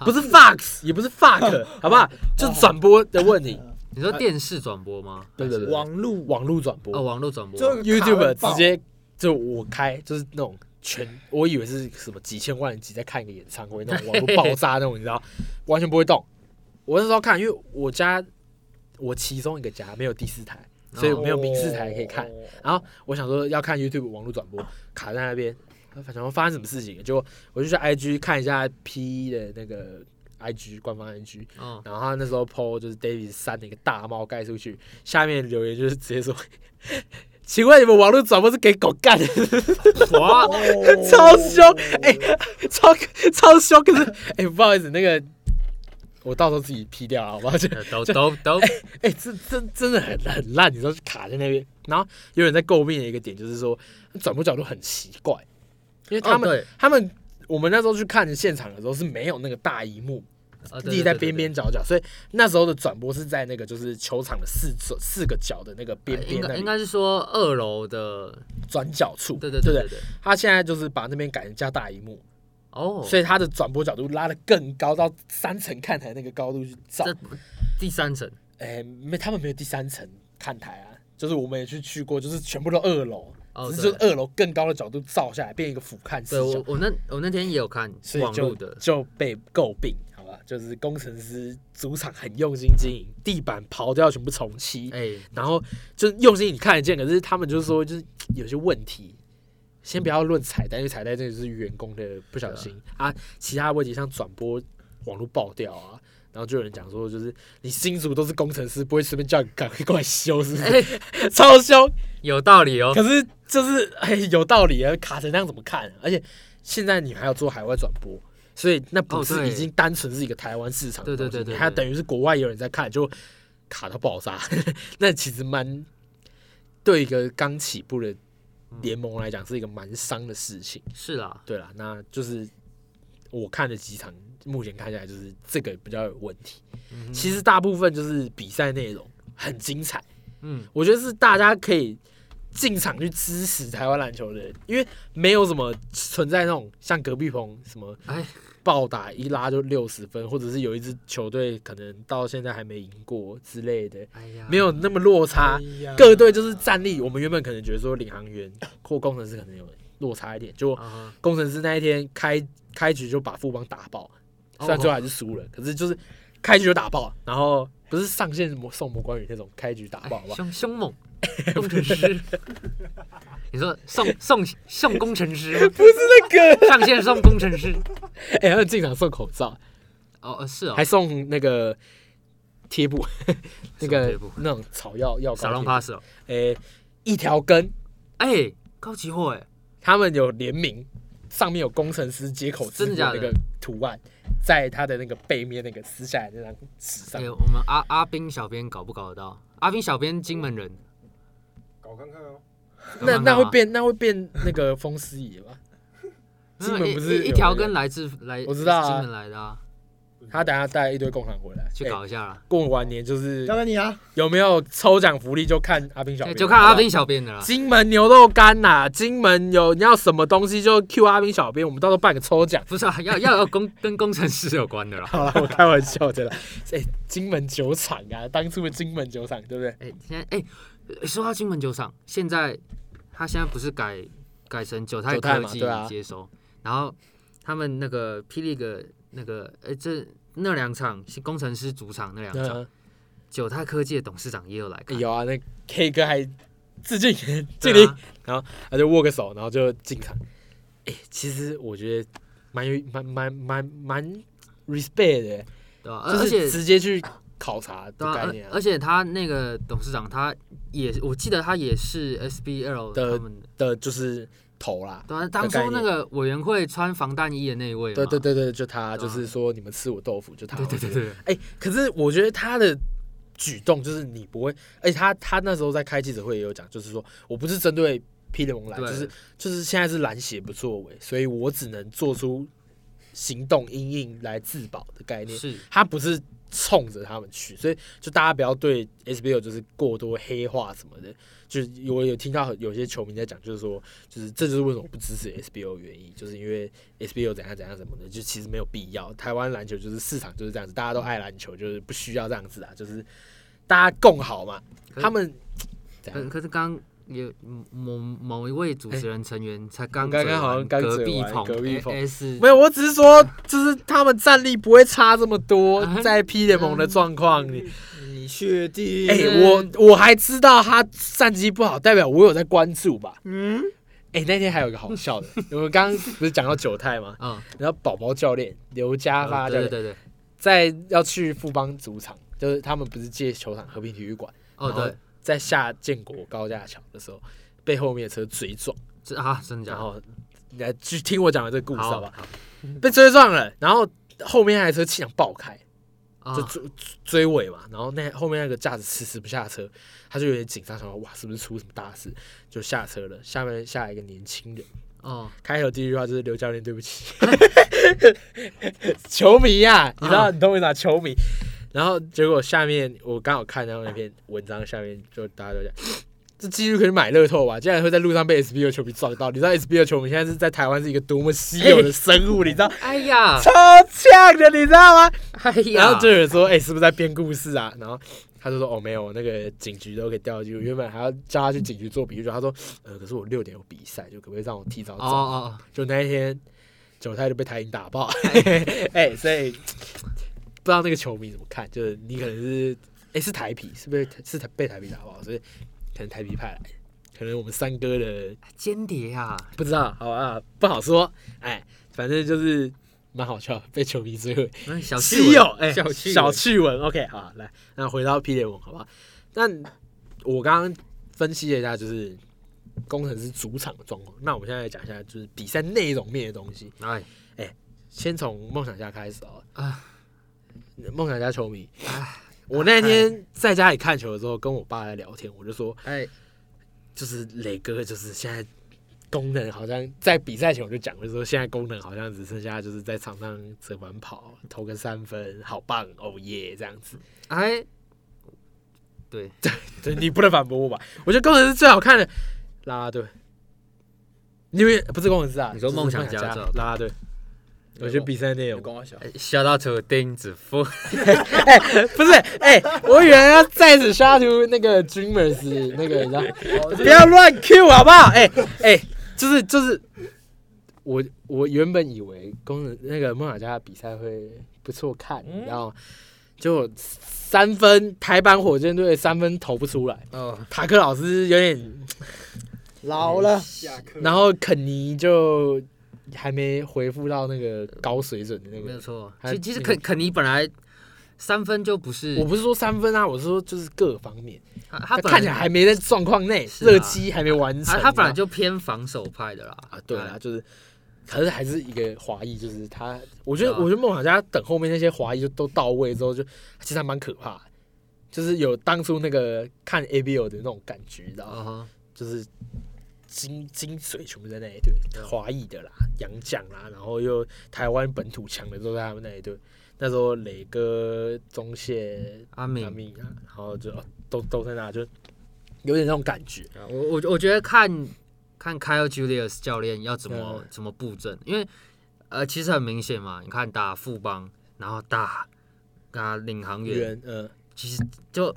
S3: 不是 Fox，也不是 Fuck，好不好？就是转播的问题，
S4: 你说电视转播吗？
S3: 对对对，
S5: 网路
S3: 网络转
S4: 哦，
S3: 播
S4: 网络转播
S5: 最后一个卡
S3: ，YouTube
S5: 会爆
S3: 直接就我开，就是那种全，我以为是什么几千万人挤在看一个演唱会那种网络爆炸那种，你知道， [laughs] 完全不会动。我那时候看，因为我家我其中一个家没有第四台，所以
S4: 哦
S3: 没有明视台可以看。
S5: 哦
S3: 然后我想说要看 YouTube 网络转播，卡在那边，反正发生什么事情了，结果我就去 IG 看一下 P 的那个 IG 官方 IG，
S4: 哦，
S3: 然后他那时候 PO 就是 David 扇了一个大帽盖出去，下面留言就是直接说。 [laughs] 请问你们网络转播是给狗干的？ [laughs]
S4: 哇，哦
S3: 超凶！哎、超超凶！可是哎、不好意思，那个我到时候自己 P 掉了，啊好不好？就
S4: 都都都，
S3: [laughs] 哎、这这真的很很烂，你知道就卡在那边。然后有人在诟病的一个点就是说，转播角度很奇怪，因为他们、
S4: 哦对
S3: 他们我们那时候去看现场的时候是没有那个大荧幕，
S4: 啊
S3: 立在边边角角，所以那时候的转播是在那个就是球场的四周四个角的那个边边
S4: 哎应
S3: 那
S4: 该
S3: 里
S4: 应该是说二楼的，
S3: 转角处，
S4: 对
S3: 对
S4: 对对
S3: 不
S4: 对，
S3: 他现在就是把那边改成加大荧幕，
S4: 哦，
S3: 所以他的转播角度拉得更高，到三层看台那个高度去照
S4: 这。第三层
S3: 哎、没他们没有第三层看台啊，就是我们也去去过，就是全部都二楼，
S4: 哦
S3: 只是
S4: 对
S3: 就是二楼更高的角度照下来，变一个俯瞰视
S4: 对
S3: 角
S4: 我，我那我那天也有看
S3: 所以
S4: 网
S3: 就
S4: 络的，
S3: 就被诟病，好吧？就是工程师主场很用心经营，地板刨掉全部重漆，
S4: 哎，
S3: 然后就是用心你看得见，可是他们就是说就是有些问题。先不要论彩带，因为彩带这个是员工的不小心啊其他问题像转播网络爆掉啊，然后就有人讲说，就是你新组都是工程师，不会随便叫你赶快过来修，是不是？超凶！
S4: 有道理哦，
S3: 可是就是哎、有道理啊，卡成那样怎么看、而且现在你还要做海外转播，所以那不
S4: 哦
S3: 是
S4: 对
S3: 已经单纯是一个台湾市场的
S4: 对对
S3: 东
S4: 对
S3: 西
S4: 对
S3: 你还
S4: 对
S3: 等于是国外有人在看，就卡到爆炸， [laughs] 那其实蛮对一个刚起步的联盟来讲是一个蛮伤的事情。
S4: 是啦，
S3: 对啦，那就是我看了几场，目前看下来就是这个比较有问题。其实大部分就是比赛内容很精彩，
S4: 嗯，
S3: 我觉得是大家可以进场去支持台湾篮球的人，因为没有什么存在那种像隔壁棚什么
S4: 哎，
S3: 暴打一拉就六十分，或者是有一支球队可能到现在还没赢过之类的，
S4: 哎呀，
S3: 没有那么落差。啊
S5: 哎
S3: 各队就是战力，我们原本可能觉得说领航员 [coughs] 或工程师可能有落差一点，就
S4: 啊哈，
S3: 工程师那一天开开局就把富邦打爆，
S4: 哦
S3: 虽然最后还是输了，可是就是开局就打爆，然后不是上线魔送魔关羽那种开局打爆
S4: 哎
S3: 吧？
S4: 凶凶猛工程师， [laughs] 你说送送送工程师吗？
S3: 不是那个，
S4: 上线送工程师，
S3: [laughs] 哎、他们进场送口罩，
S4: 哦，呃是哦哦
S3: 还，送那个贴布，那
S4: 什么
S3: 个
S4: 贴布
S3: 那种草药药膏贴布，
S4: 小龙 pass 哦，
S3: 哎、一条根，
S4: 哎，高级货哎，
S3: 他们有联名，上面有工程师接口之
S4: 真的假的
S3: 那个图案，在他的那个背面那个撕下来那张纸上
S4: 哎，，我们阿阿斌小编搞不搞得到？阿斌小编金门人，
S2: 搞看看哦，
S3: 那
S4: 搞不搞得
S3: 那
S4: 到
S3: 会
S4: 啊
S3: 变那会变那个风师爷吧？
S4: 没
S3: 金
S4: 有
S3: 门不是
S4: 一一一
S3: 有
S4: 条
S3: 那个
S4: 根来自来，
S3: 我知道啊
S4: 金门来的啊，
S3: 他等下带一堆共产回来，
S4: 去
S3: 哎
S4: 搞一下啦。
S3: 过完年就是
S5: 交给你啊，
S3: 有没有抽奖福利就看阿兵小
S4: 哎
S3: 兵，
S4: 就看阿斌小编的啦。。
S3: 金门牛肉干呐、金门有你要什么东西就 Q 阿兵小兵，我们到时候办个抽奖
S4: 不是啊，要要要工跟工程师有关的啦。
S3: [laughs] 好了，我开玩笑的啦。 [laughs] 哎、金门酒厂啊，当初的金门酒厂对不对？
S4: 哎、现在哎、说到金门酒厂，现在他现在不是改改成九泰
S3: 九泰
S4: 科
S3: 嘛
S4: 技
S3: 对啊
S4: 接收，然后他们那个霹雳个那个哎、这那两场是工程师主场那两场，
S3: 嗯，
S4: 九泰科技的董事长也有来看，
S3: 有啊，那 K 哥还 [laughs] 致敬
S4: 对
S3: 敬礼，
S4: 啊
S3: 他就握个手，然后就进场。哎、其实我觉得蛮有蛮蛮蛮蛮 respect 的、
S4: 对吧、
S3: 就
S4: 而
S3: 是
S4: 且
S3: 直接去考察
S4: 对
S3: 的
S4: 啊
S3: 概
S4: 而
S3: 念、
S4: 而且他那个董事长他也，我记得他也是 SBL
S3: 的
S4: 他们的，
S3: 的就是头啦。
S4: 对啊，当
S3: 概
S4: 初那
S3: 念
S4: 个委员会穿防弹衣的那一位嘛，
S3: 对对对对，就
S4: 对
S3: 他，
S4: 啊
S3: 就是说你们吃我豆腐，就他。
S4: 对对对
S3: 我觉得。
S4: 对，
S3: 哎、可是我觉得他的举动就是你不会，而且他他那时候在开记者会也有讲，就是说我不是针对 P 联盟来，
S4: 对
S3: 就是就是现在是篮协不作为，所以我只能做出行动阴影来自保的概念。
S4: 是
S3: 他不是冲着他们去，所以就大家不要对 SBL 就是过多黑化什么的。就是我有听到有些球迷在讲，就是说，就是这就是为什么我不支持 SBL 的原因，就是因为 SBL 怎样怎样什么的，就其实没有必要。台湾篮球就是市场就是这样子，大家都爱篮球，就是不需要这样子啊，就是大家共好嘛。
S4: 可是
S3: 他们怎
S4: 可
S3: 样
S4: 可是刚有某某一位主持人成员才刚
S3: 刚
S4: 嘴
S3: 刚好像
S4: 完
S3: 刚
S4: 隔
S3: 嘴
S4: 壁
S3: 完
S4: 棚
S3: 隔壁
S4: A-
S3: 棚
S4: S 嗯
S3: 没有，我只是说，就是他们战力不会差这么多
S4: 啊，
S3: 在 P 联盟的状况里，
S5: 你确定？
S3: 哎、我我还知道他战绩不好，代表我有在关注吧？
S5: 嗯，
S3: 哎、那天还有一个好笑的，我们刚刚不是讲到九泰吗？
S4: 啊，
S3: 然后宝宝教练刘家发
S4: 呃
S3: 教
S4: 对
S3: 练、
S4: 对对对，
S3: 在要去富邦主场，就是他们不是借球场和平体育馆，
S4: 哦
S3: 然后
S4: 对，
S3: 在下建国高架桥的时候被后面的车追撞，
S4: 这啊真的假
S3: 然
S4: 的？
S3: 后你来去听我讲的这个故事好
S4: 好
S3: 吧？被追撞了，然后后面那台车气囊爆开，
S4: 啊
S3: 就，追追尾嘛，然后那后面那个驾驶迟迟不下车，他就有点紧张，想说哇是不是出什么大事，就下车了。下面下一个年轻人，
S4: 哦，
S3: 开头第一句话就是刘教练，对不起， [laughs] 球迷呀、你知道，你懂我意思吧？球迷。然后结果下面我刚好看到那篇文章，下面就大家都讲，这几率可以买乐透吧？竟然会在路上被 SBL 球迷撞到，你知道 SBL 球迷现在是在台湾是一个多么稀有的生物，你知道，
S4: 哎
S3: [laughs]
S4: 呀，
S3: 超呛的，你知道吗？
S4: 哎呀，
S3: 然后就有人说：“哎、是不是在编故事啊？”然后他就说：“哦，没有，那个警局都给调去，原本还要叫他去警局做笔录。”他说：“呃，可是我六点有比赛，就可不可以让我提早走？”
S4: 哦哦，
S3: 就那一天，韭菜就被台银打
S4: [laughs]
S3: 爆。哎、所以不知道那个球迷怎么看，就是你可能是哎、是台皮，是不是是台被台皮打爆？所以可能台皮派来的，可能我们三哥的
S4: 哦间谍啊，
S3: 不知道，好啊，不好说。哎，反正就是蛮好笑，被球迷追回。
S4: 嗯小趣
S3: 稀有
S4: 闻
S3: 哎，
S4: 小趣
S3: 小
S4: 闻
S3: 趣闻。OK，好，来，那回到 P 联盟好不好？那我刚刚分析了一下，就是工程师主场的状况。那我们现在来讲一下，就是比赛内容面的东西。
S4: 哎
S3: 先从梦想家开始哦。
S4: 啊
S3: 梦想家球迷，我那天在家里看球的时候，跟我爸在聊天，我就说，
S4: 哎
S3: 就是磊哥，就是现在功能好像在比赛前我就讲，我就说现在功能好像只剩下就是在场上折返跑，投个三分，好棒，哦耶，这样子。
S4: 哎，对，
S3: 对你不能反驳我吧？我觉得工程师最好看的啦啦队，因为不是工程师啊，
S4: 你说
S3: 就是
S4: 梦
S3: 梦
S4: 想
S3: 家
S4: 家最好看
S3: 啦啦队。我觉得比赛内容
S5: 跟我小，
S4: 笑哎到头钉子夫，
S3: 不是，哎、我以为要在此刷出那个 Dreamers 那个，你知道，
S4: 哦
S3: 不要乱 Q 好不好？哎、哎、就是就是，我我原本以为工人那个梦想家的比赛会不错看，你
S4: 嗯
S3: 知道吗？结果三分台版火箭队三分投不出来，
S4: 哦，
S3: 塔克老师有点
S5: 老了，
S3: 然后肯尼就还没回复到那个高水准的那
S4: 没有
S3: 个。
S4: 错。
S3: 还
S4: 其其实
S3: 那
S4: 肯
S3: 个
S4: 肯尼本来三分就不是
S3: 我，不是说三分啊，我是说就是各方面，
S4: 他他
S3: 他
S4: 本来
S3: 看起来还没在状况内，
S4: 是啊
S3: 热机还没完成。
S4: 他他本来
S3: 你知
S4: 就偏防守派的啦
S3: 道。啊，对
S4: 哎
S3: 啊，就是，可是还是一个华裔，就是他，我觉得
S4: 对啊
S3: 我觉得梦想家等后面那些华裔就都到位之后就，其实还蛮可怕的，就是有当初那个看 ABO 的那种感觉，你知道吗？
S4: 哦吼
S3: 就是精精髓全部在那一队，华裔的啦，洋将啦，然后又台湾本土强的都在他们那一队。那时候磊哥、中线、
S4: 阿
S3: 阿
S4: 敏，
S3: 密啊，然后就、哦都都在那，就有点那种感觉。
S4: 我我我觉得看看 Kyle Julius 教练要怎么
S3: 对啊
S4: 怎么布阵，因为呃其实很明显嘛，你看打富邦，然后打打领航员，
S3: 远呃，
S4: 其实就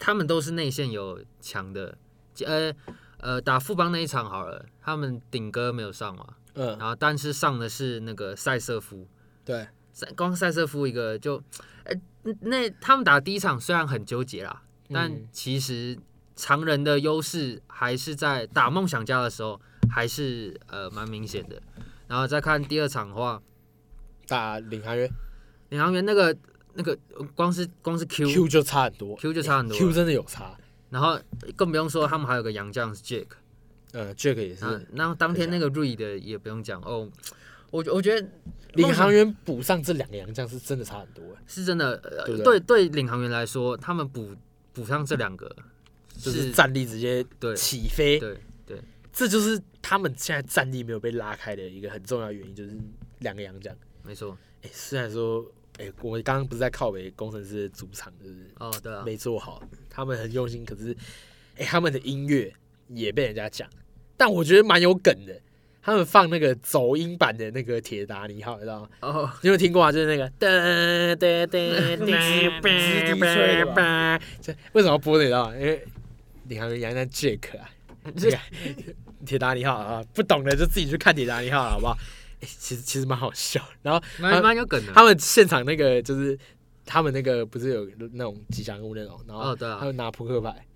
S4: 他们都是内线有强的，呃呃打富邦那一场好了，他们顶哥没有上嘛，
S3: 嗯，
S4: 然后但是上的是那个塞瑟夫，
S3: 对，
S4: 塞光塞瑟夫一个就，呃，那他们打第一场虽然很纠结啦，但
S3: 嗯
S4: 其实常人的优势还是在打梦想家的时候还是呃蛮明显的。然后再看第二场的话，
S3: 打领航员
S4: 领航员那个那个呃光是光是 Q，,
S3: Q 就差很多
S4: Q 就差很多了
S3: Q 真的有差。
S4: 然后更不用说他们还有个洋将是 Jack，
S3: 呃，Jack 也是，
S4: 那那当天那个 Reed 也不用讲哦，我我觉得
S3: 领航员补上这两个洋将是真的差很多。哎
S4: 是真的，呃
S3: 对不对
S4: 对对领航员来说，他们补补上这两个
S3: 就是战力直接
S4: 对
S3: 起飞，
S4: 对。
S3: 这就是他们现在战力没有被拉开的一个很重要原因，就是两个洋将。
S4: 没错，
S3: 哎，虽然说，哎，我刚刚不是在靠北工程师的主场，就是
S4: 哦，对啊，
S3: 没做好，他们很用心，可是，哎、他们的音乐也被人家讲，但我觉得蛮有梗的。他们放那个走音版的那个铁达尼号，你知道吗？
S4: 哦，
S3: 你有没有听过啊？就是那个哒哒哒哒哒，这为什么要播的？你知道吗？因为你还没杨丹 Jack 啊，这个铁达尼号啊，不懂的就自己去看铁达尼号了，好不好？哎、其实其实蛮好笑。然后
S4: 蛮蛮有梗的。
S3: 他们现场那个就是他们那个不是有那种吉祥物那种，然后
S4: 哦对啊
S3: 他们拿扑克牌，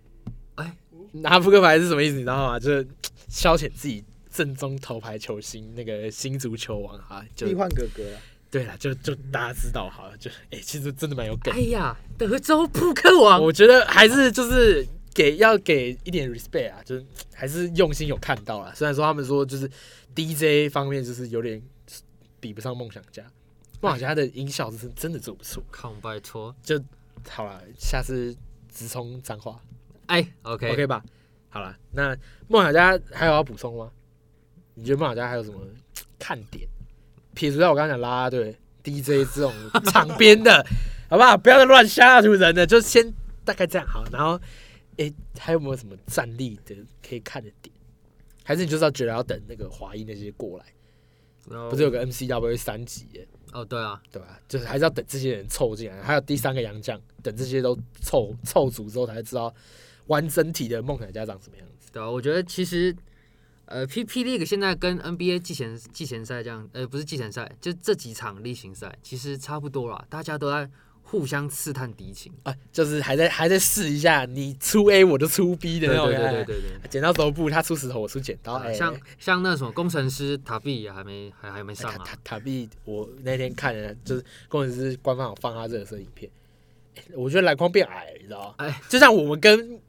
S4: 哎
S3: 拿扑克牌是什么意思？你知道吗？就是消遣自己正宗头牌球星那个新足球王啊，就
S5: 替换哥哥啊，
S3: 对了，就就大家知道好了，就哎、其实真的蛮有梗
S4: 哎。呀，德州扑克王，
S3: 我觉得还是就是给要给一点 respect 啊，就是还是用心有看到啦。虽然说他们说就是 DJ 方面就是有点比不上梦想家，梦想家的音效是真的做不错。
S4: 靠，拜托，
S3: 好了，下次直冲脏话
S4: 哎，OK，
S3: ，OK 吧？好了，那梦想家还有要补充吗？你觉得棒球家还有什么看点？撇除掉我刚刚讲啦啦队、DJ 这种场边的，好不好？不要再乱吓唬人了，就先大概这样好。然后，诶，还有没有什么战力的可以看的点？还是你就是要觉得要等那个华裔那些过来，
S4: 然后
S3: 不是有个 MCW 三级耶？
S4: 哦，对啊，
S3: 对吧、就是还是要等这些人凑进来，还有第三个洋将，等这些都凑凑足之后，才会知道完整体的梦想家长什么样子。
S4: 对啊，我觉得其实呃，P P League 现在跟 N B A 季前季前赛这样，呃，不是季前赛，就这几场例行赛其实差不多啦，大家都在互相刺探敌情。
S3: 啊，就是还在还在试一下，你出 A 我就出 B 的
S4: 对
S3: 那种
S4: 对
S3: 感
S4: 对
S3: 觉。
S4: 对对对。
S3: 剪刀石头布，他出石头，我出剪刀。
S4: 啊
S3: 哎，
S4: 像像那什么工程师塔比也还没还还没上
S3: 塔
S4: 啊，
S3: 塔塔币，我那天看了，就是工程师官方有放他热身影片，哎我觉得篮筐变矮，你知道吗？
S4: 哎，
S3: 就像我们跟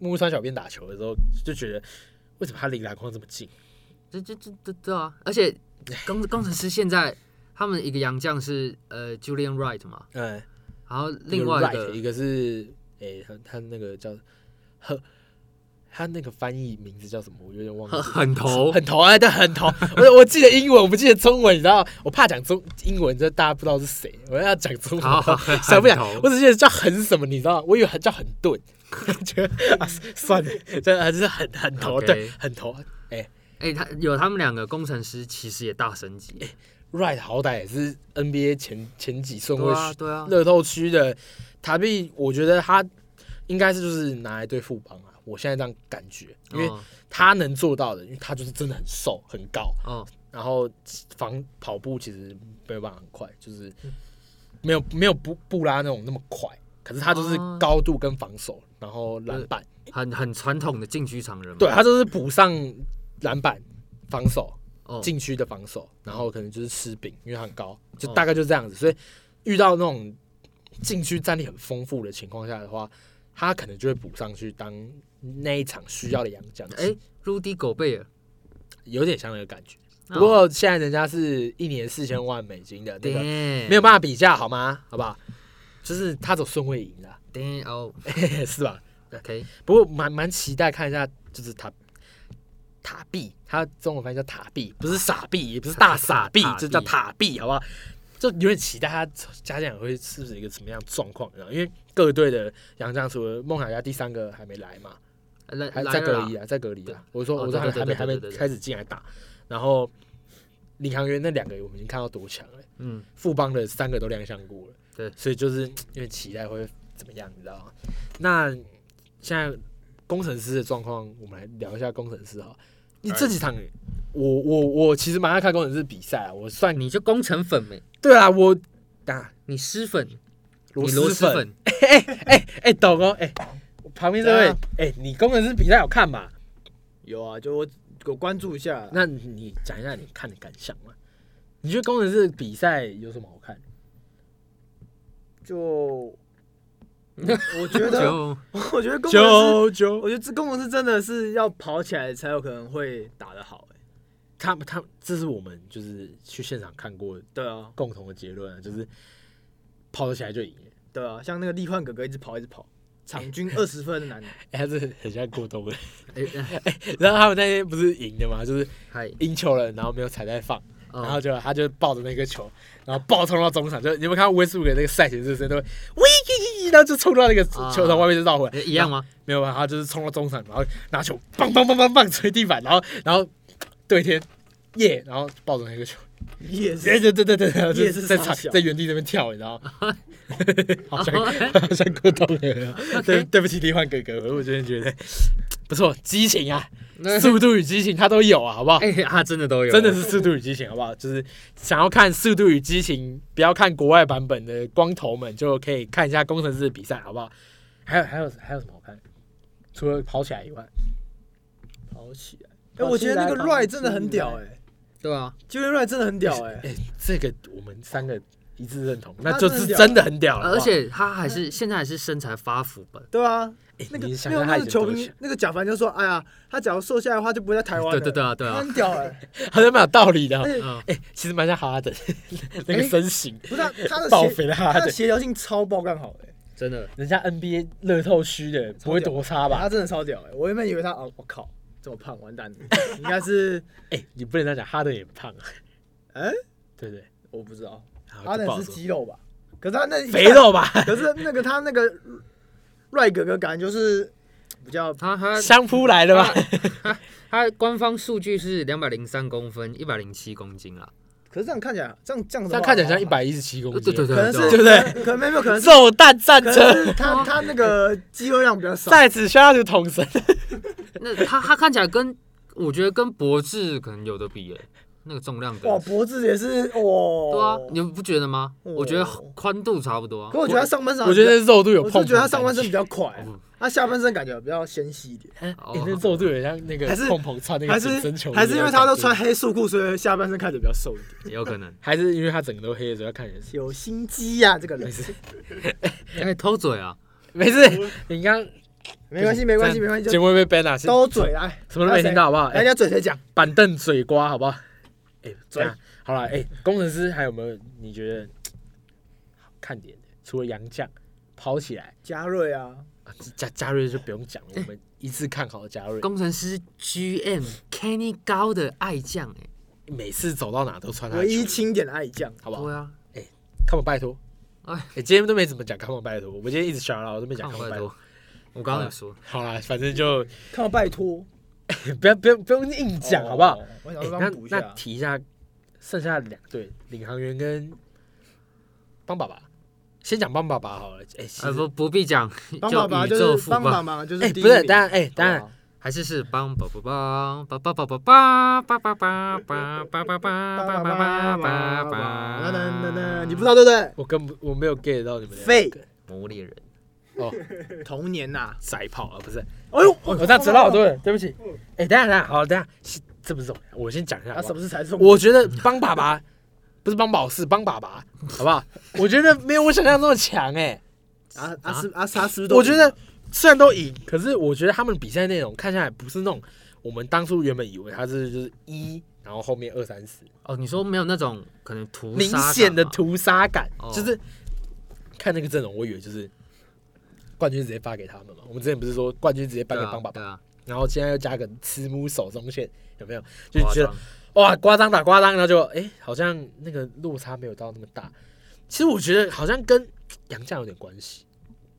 S3: 木川小编打球的时候，就觉得为什么他离篮筐这么近？
S4: 这这这这这啊！而且工工程师现在他们一个洋将是呃 Julian Wright 嘛，
S3: 嗯，
S4: 然后另外一
S3: 一个
S4: 个
S3: 一个是诶、他他那个叫呵，他那个翻译名字叫什么？我有点忘记
S4: 很
S3: 了。
S4: 很头，
S3: 很头哎，对，很头。我我记得英文，我不记得中文，你知道，我怕讲中英文，这大家不知道是谁。我要讲中文，
S4: 好好
S3: 想不
S4: 很
S3: 想
S4: 头？
S3: 我只记得叫很什么，你知道？我以为很叫很钝， [laughs] 觉得啊 [laughs] 算了，这还是很很头，
S4: OK
S3: 对，很头。
S4: 哎，他有他们两个工程师其实也大升级，
S3: Right，好歹也是 NBA 前前几顺
S4: 对
S3: 位
S4: 啊对啊，
S3: 乐透区的塔币，我觉得他应该是就是拿来对富邦啊。我现在这样感觉，因为
S4: 哦
S3: 他能做到的，因为他就是真的很瘦很高，
S4: 哦
S3: 然后防跑步其实没有办法很快，就是没有没有布布拉那种那么快，可是他就是
S4: 哦
S3: 高度跟防守，然后篮板，
S4: 很很传统的禁区常人嘛，
S3: 对啊他就是补上篮板防守，
S4: 哦
S3: 禁区的防守，然后可能就是吃饼，因为他很高，
S4: 嗯
S3: 就大概就这样子。所以遇到那种禁区战力很丰富的情况下的话，他可能就会补上去当那一场需要的洋将，
S4: 哎，Rudy 狗贝尔，
S3: 有点像那个感觉。
S4: 哦
S3: 不过现在人家是一年四千万美金的那个，
S4: 对，
S3: 没有办法比价，好吗？好不好？就是他走顺位赢了，
S4: 对哦
S3: [laughs] 是吧？
S4: ，OK，
S3: 不过蛮蛮期待看一下，就是塔塔币，它中文翻译叫塔币，不是傻币，也不是大傻币
S4: 塔，币
S3: 就叫塔币，好不好？就有点期待他家长会是不是一个什么样的状况，然后因为各队的杨将除了梦想家第三个还没来嘛，
S4: 来
S3: 还
S4: 来
S3: 在
S4: 了
S3: 隔
S4: 啦
S3: 离啊，在隔离
S4: 对
S3: 啊。我说
S4: 哦
S3: 我说还没
S4: 对对
S3: 还没
S4: 对
S3: 还没
S4: 对对对
S3: 开始进来打，然后领航员那两个我们已经看到多强了，
S4: 嗯，
S3: 富邦的三个都亮相过了，
S4: 对
S3: 所以就是因为期待会怎么样，你知道吗？那现在工程师的状况，我们来聊一下工程师哈。你这几场，
S4: 哎
S3: 我我我其实蛮爱看工程师比赛啊，我算
S4: 你就工程粉没，
S3: 对啊，我啊
S4: 你师粉，
S3: 螺
S4: 你螺
S3: 蛳
S4: 蛳
S3: 粉，
S4: 粉，
S3: 哎懂哦，哎旁边这位
S5: 对啊，
S3: 哎你工程师比赛有看吧？
S5: 有啊，就我我关注一下。
S3: 那你讲一下你看的感想嘛？你觉得工程师比赛有什么好看？
S5: 就嗯 [laughs] 我觉
S3: 啊
S5: 得，
S4: 就
S5: 我觉得工程师，
S3: 九，
S5: 我觉得这工程师真的是要跑起来才有可能会打得好、欸。
S3: 他们他们这是我们就是去现场看过
S5: 对啊，
S3: 共同的结论啊，就是跑得起来就赢了。
S5: 对啊，像那个力焕哥哥一直跑一直跑，
S3: [laughs]
S5: 场均二十分的男的，
S3: 哎、他是很像过冬的。
S4: 哎哎
S3: [laughs] 然后他们那天不是赢的嘛，就是
S4: 嗨，
S3: 赢球了，然后没有彩带放，
S4: 哦
S3: 然后就他就抱着那个球，然后暴冲到中场，就你有没有看到威斯布鲁克那个赛前热身都会，喂，然后就冲到那个球场外面就绕回来，
S4: 一样吗？
S3: 没有办法，他就是冲到中场，然后拿球棒棒棒棒棒捶地板，然后然后对天耶然后抱着那个球，
S5: 也
S3: 对
S5: 是
S3: 对对对对，然后就
S5: 夜市
S3: 在
S5: 傻
S3: 场
S5: 小
S3: 在原地那边跳，你知道吗？好像
S4: 哦
S3: 好像过冬了，对对不起，替换哥哥，我真的觉得不错，激情啊，速度与激情他都有啊，好不好？
S4: [laughs] 哎，他真的都有，
S3: 真的是速度与激情，好不好？就是想要看速度与激情，不要看国外版本的光头们，就可以看一下工程师的比赛，好不好？还有还有还有什么好看？除了跑起来以外，
S5: 跑起来。哎、我觉得那个 Ray 真的很屌哎、
S4: 对啊，
S5: 就连 Ray 真的很屌哎、
S3: 哎、这个我们三个一致认同，那
S5: 他
S3: 就
S5: 真的
S3: 是
S5: 很屌
S3: 真的很屌了。好
S4: 啊而
S3: 不好，
S4: 且他还是现在还是身材发福吧，
S5: 对啊，
S3: 哎
S5: 那个
S3: 你想
S5: 没
S3: 想
S5: 有
S3: 他
S5: 那
S3: 以
S5: 个
S3: 前
S5: 球
S3: 多
S5: 迷
S3: 强，
S5: 那个贾凡就说：“哎呀，他假如瘦下来的话，就不会在台湾。”
S4: 对
S5: 欸
S4: 对对，啊对
S5: 他
S4: 啊，
S5: 很屌哎、
S3: 他是蛮有道理的哦。
S5: 而且
S4: 嗯，
S3: 哎、其实蛮像哈登 [laughs] 那个
S5: 哎
S3: 身形，
S5: 不是啊他
S3: [laughs]
S5: 的
S3: 爆
S5: 协
S3: 肥的哈
S5: 他
S3: 登
S5: 的，协调性超爆干好哎、
S4: 真的，
S3: 人家 NBA 乐透区的不会多差吧？
S5: 欸他真的超屌哎、我原本以为他哦，我靠，这么胖，完蛋了， [laughs] 应该是
S3: 哎、你不能这样讲，哈登也胖啊，
S5: 哎，
S3: 对不对？
S5: 我不知道，
S3: 好
S5: 哈
S3: 啊就不好
S5: 登是
S3: [laughs] 说
S5: 肌肉吧？可是他那
S3: 肥，肉 [laughs] 吧，
S5: [laughs] 可是那个他那个帅哥哥感觉就是比较
S4: 他他
S3: 相扑来的吧？
S4: 他官方数据是两百零三公分，一百零七公斤啊啦。
S5: 可是这样看起来，这样这样子
S3: 这样看起来像一，百一十七
S5: 呃
S3: 公斤，
S4: 对对对啊
S5: 可能是
S3: 对不对
S5: 可能可能没有，可能是
S3: 肉蛋战
S5: 可能
S3: 争， [laughs]
S5: 是他他那个肌肉量比较少，
S3: 在此宣布统神。
S4: 那他他看起来跟我觉得跟博智可能有的比耶、那个重量
S5: 哇，
S4: 的。
S5: 脖子也是哦，
S4: 对啊，你们不觉得吗？
S5: 哦
S4: 我觉得宽度差不多啊
S5: 可。我觉得他上半身，
S3: 我觉得肉度有
S5: 我
S3: 碰
S5: 是
S3: 碰，
S5: 觉得他
S3: [laughs]
S5: 上半身比较快啊
S4: 嗯，
S5: 他下半身感觉比较纤细一点，
S3: 哎，
S4: 哦
S3: 你那肉度有像那个
S5: 还是
S3: 碰碰穿那
S5: 还
S3: 个
S5: 是
S3: 紧身球衣
S5: 还是因为他都穿
S3: 的感
S5: 黑束裤，所以下半身看起来比较瘦一点。
S4: 也有可能。
S3: 觉，还是因为他整个都黑的时候要看人。
S5: 有心机呀，这个人
S3: 没事，
S4: [laughs] 哎、偷嘴啊！
S3: [laughs] 没事，你刚
S5: 没关系，没关系，
S3: 这
S5: 没关系，
S3: 节
S5: 就
S3: 目会被 ban 啊，
S5: 都嘴来，
S3: 什么都没听到，好不好？
S5: 来，
S3: 哎，
S5: 人家嘴谁讲？
S3: 板凳嘴瓜，好不好？哎，这
S5: 嘴
S3: 样好了，哎，工程师还有没有你觉得好看点的？除了杨绛跑起来，
S5: 嘉瑞啊，
S3: 啊加加瑞就不用讲了，我们一致看好加瑞，
S4: 工程师 GM Kenny 高的爱将哎、
S3: 每次走到哪都穿他的
S5: 唯一
S3: 球衣
S5: 清点的爱将，
S3: 好不好
S4: 对？啊，
S3: 看我拜托。哎、
S4: 哎
S3: 今天都没怎么讲看我拜托，我们今天一直小了，我都没讲
S4: 看我
S3: 看我拜
S4: 拜
S3: 托
S4: 托。。我刚刚有说，
S3: 好啦，反正就
S5: 看我拜托，
S3: 不要不要不用硬讲、好不好？
S5: 哦？我想
S3: 哎
S5: 说
S3: 那
S5: 帮补一
S3: 那
S5: 下，
S3: 提一下剩下两队，领航员跟帮爸爸。先讲帮爸爸好了。哎、其
S4: 呃，
S3: 实
S4: 不不必讲，
S5: 帮爸爸
S4: 宇宙
S5: 就是
S4: 富
S5: 帮爸
S4: 邦，
S5: 爸就是
S3: 哎、
S5: 第一
S3: 不是，
S5: 名
S3: 当然哎、当，然
S5: 好不好
S4: 还是是帮帮帮帮帮帮帮帮帮帮帮帮帮帮帮帮
S5: 叭叭叭叭
S4: 帮
S5: 叭
S4: 帮
S5: 叭，噔噔噔
S4: 帮，
S5: 噔，你不知道对不对？
S3: 我根本我没有 get 到你们两
S5: 废
S3: 个
S4: 魔猎人，
S3: 哦，
S5: [laughs] 童年呐，
S3: 甩炮啊，不是。
S5: 哎呦，
S3: 我这样扯到好多人，对不起。哎、等一下等一下，好，等一下，是这不是重点，我先讲一下好
S5: 啊，
S3: 不好
S5: 什么是才是重点？
S3: 我觉得帮爸爸不是帮宝适，帮爸爸，好不好？我觉得没有我想象中的强哎、
S5: 啊啊是啊是他是不是都赢了？
S3: 我觉得虽然都赢，可是我觉得他们比赛内容看下来不是那种我们当初原本以为他是就是一，然后后面二三十，
S4: 哦，你说没有那种可能屠
S3: 明
S4: 杀感
S3: 显的
S4: 吗
S3: 屠杀感，
S4: 哦
S3: 就是看那个阵容，我以为就是冠军直接发给他们嘛。我们之前不是说冠军直接颁给
S4: 对啊
S3: 帮爸爸，
S4: 对啊，
S3: 然后现在又加个慈母手中线，有没有？就觉
S4: 夸
S3: 得
S4: 张
S3: 哇，夸张打夸张，然后就哎、诶好像那个落差没有到那么大。其实我觉得好像跟杨绛有点关系，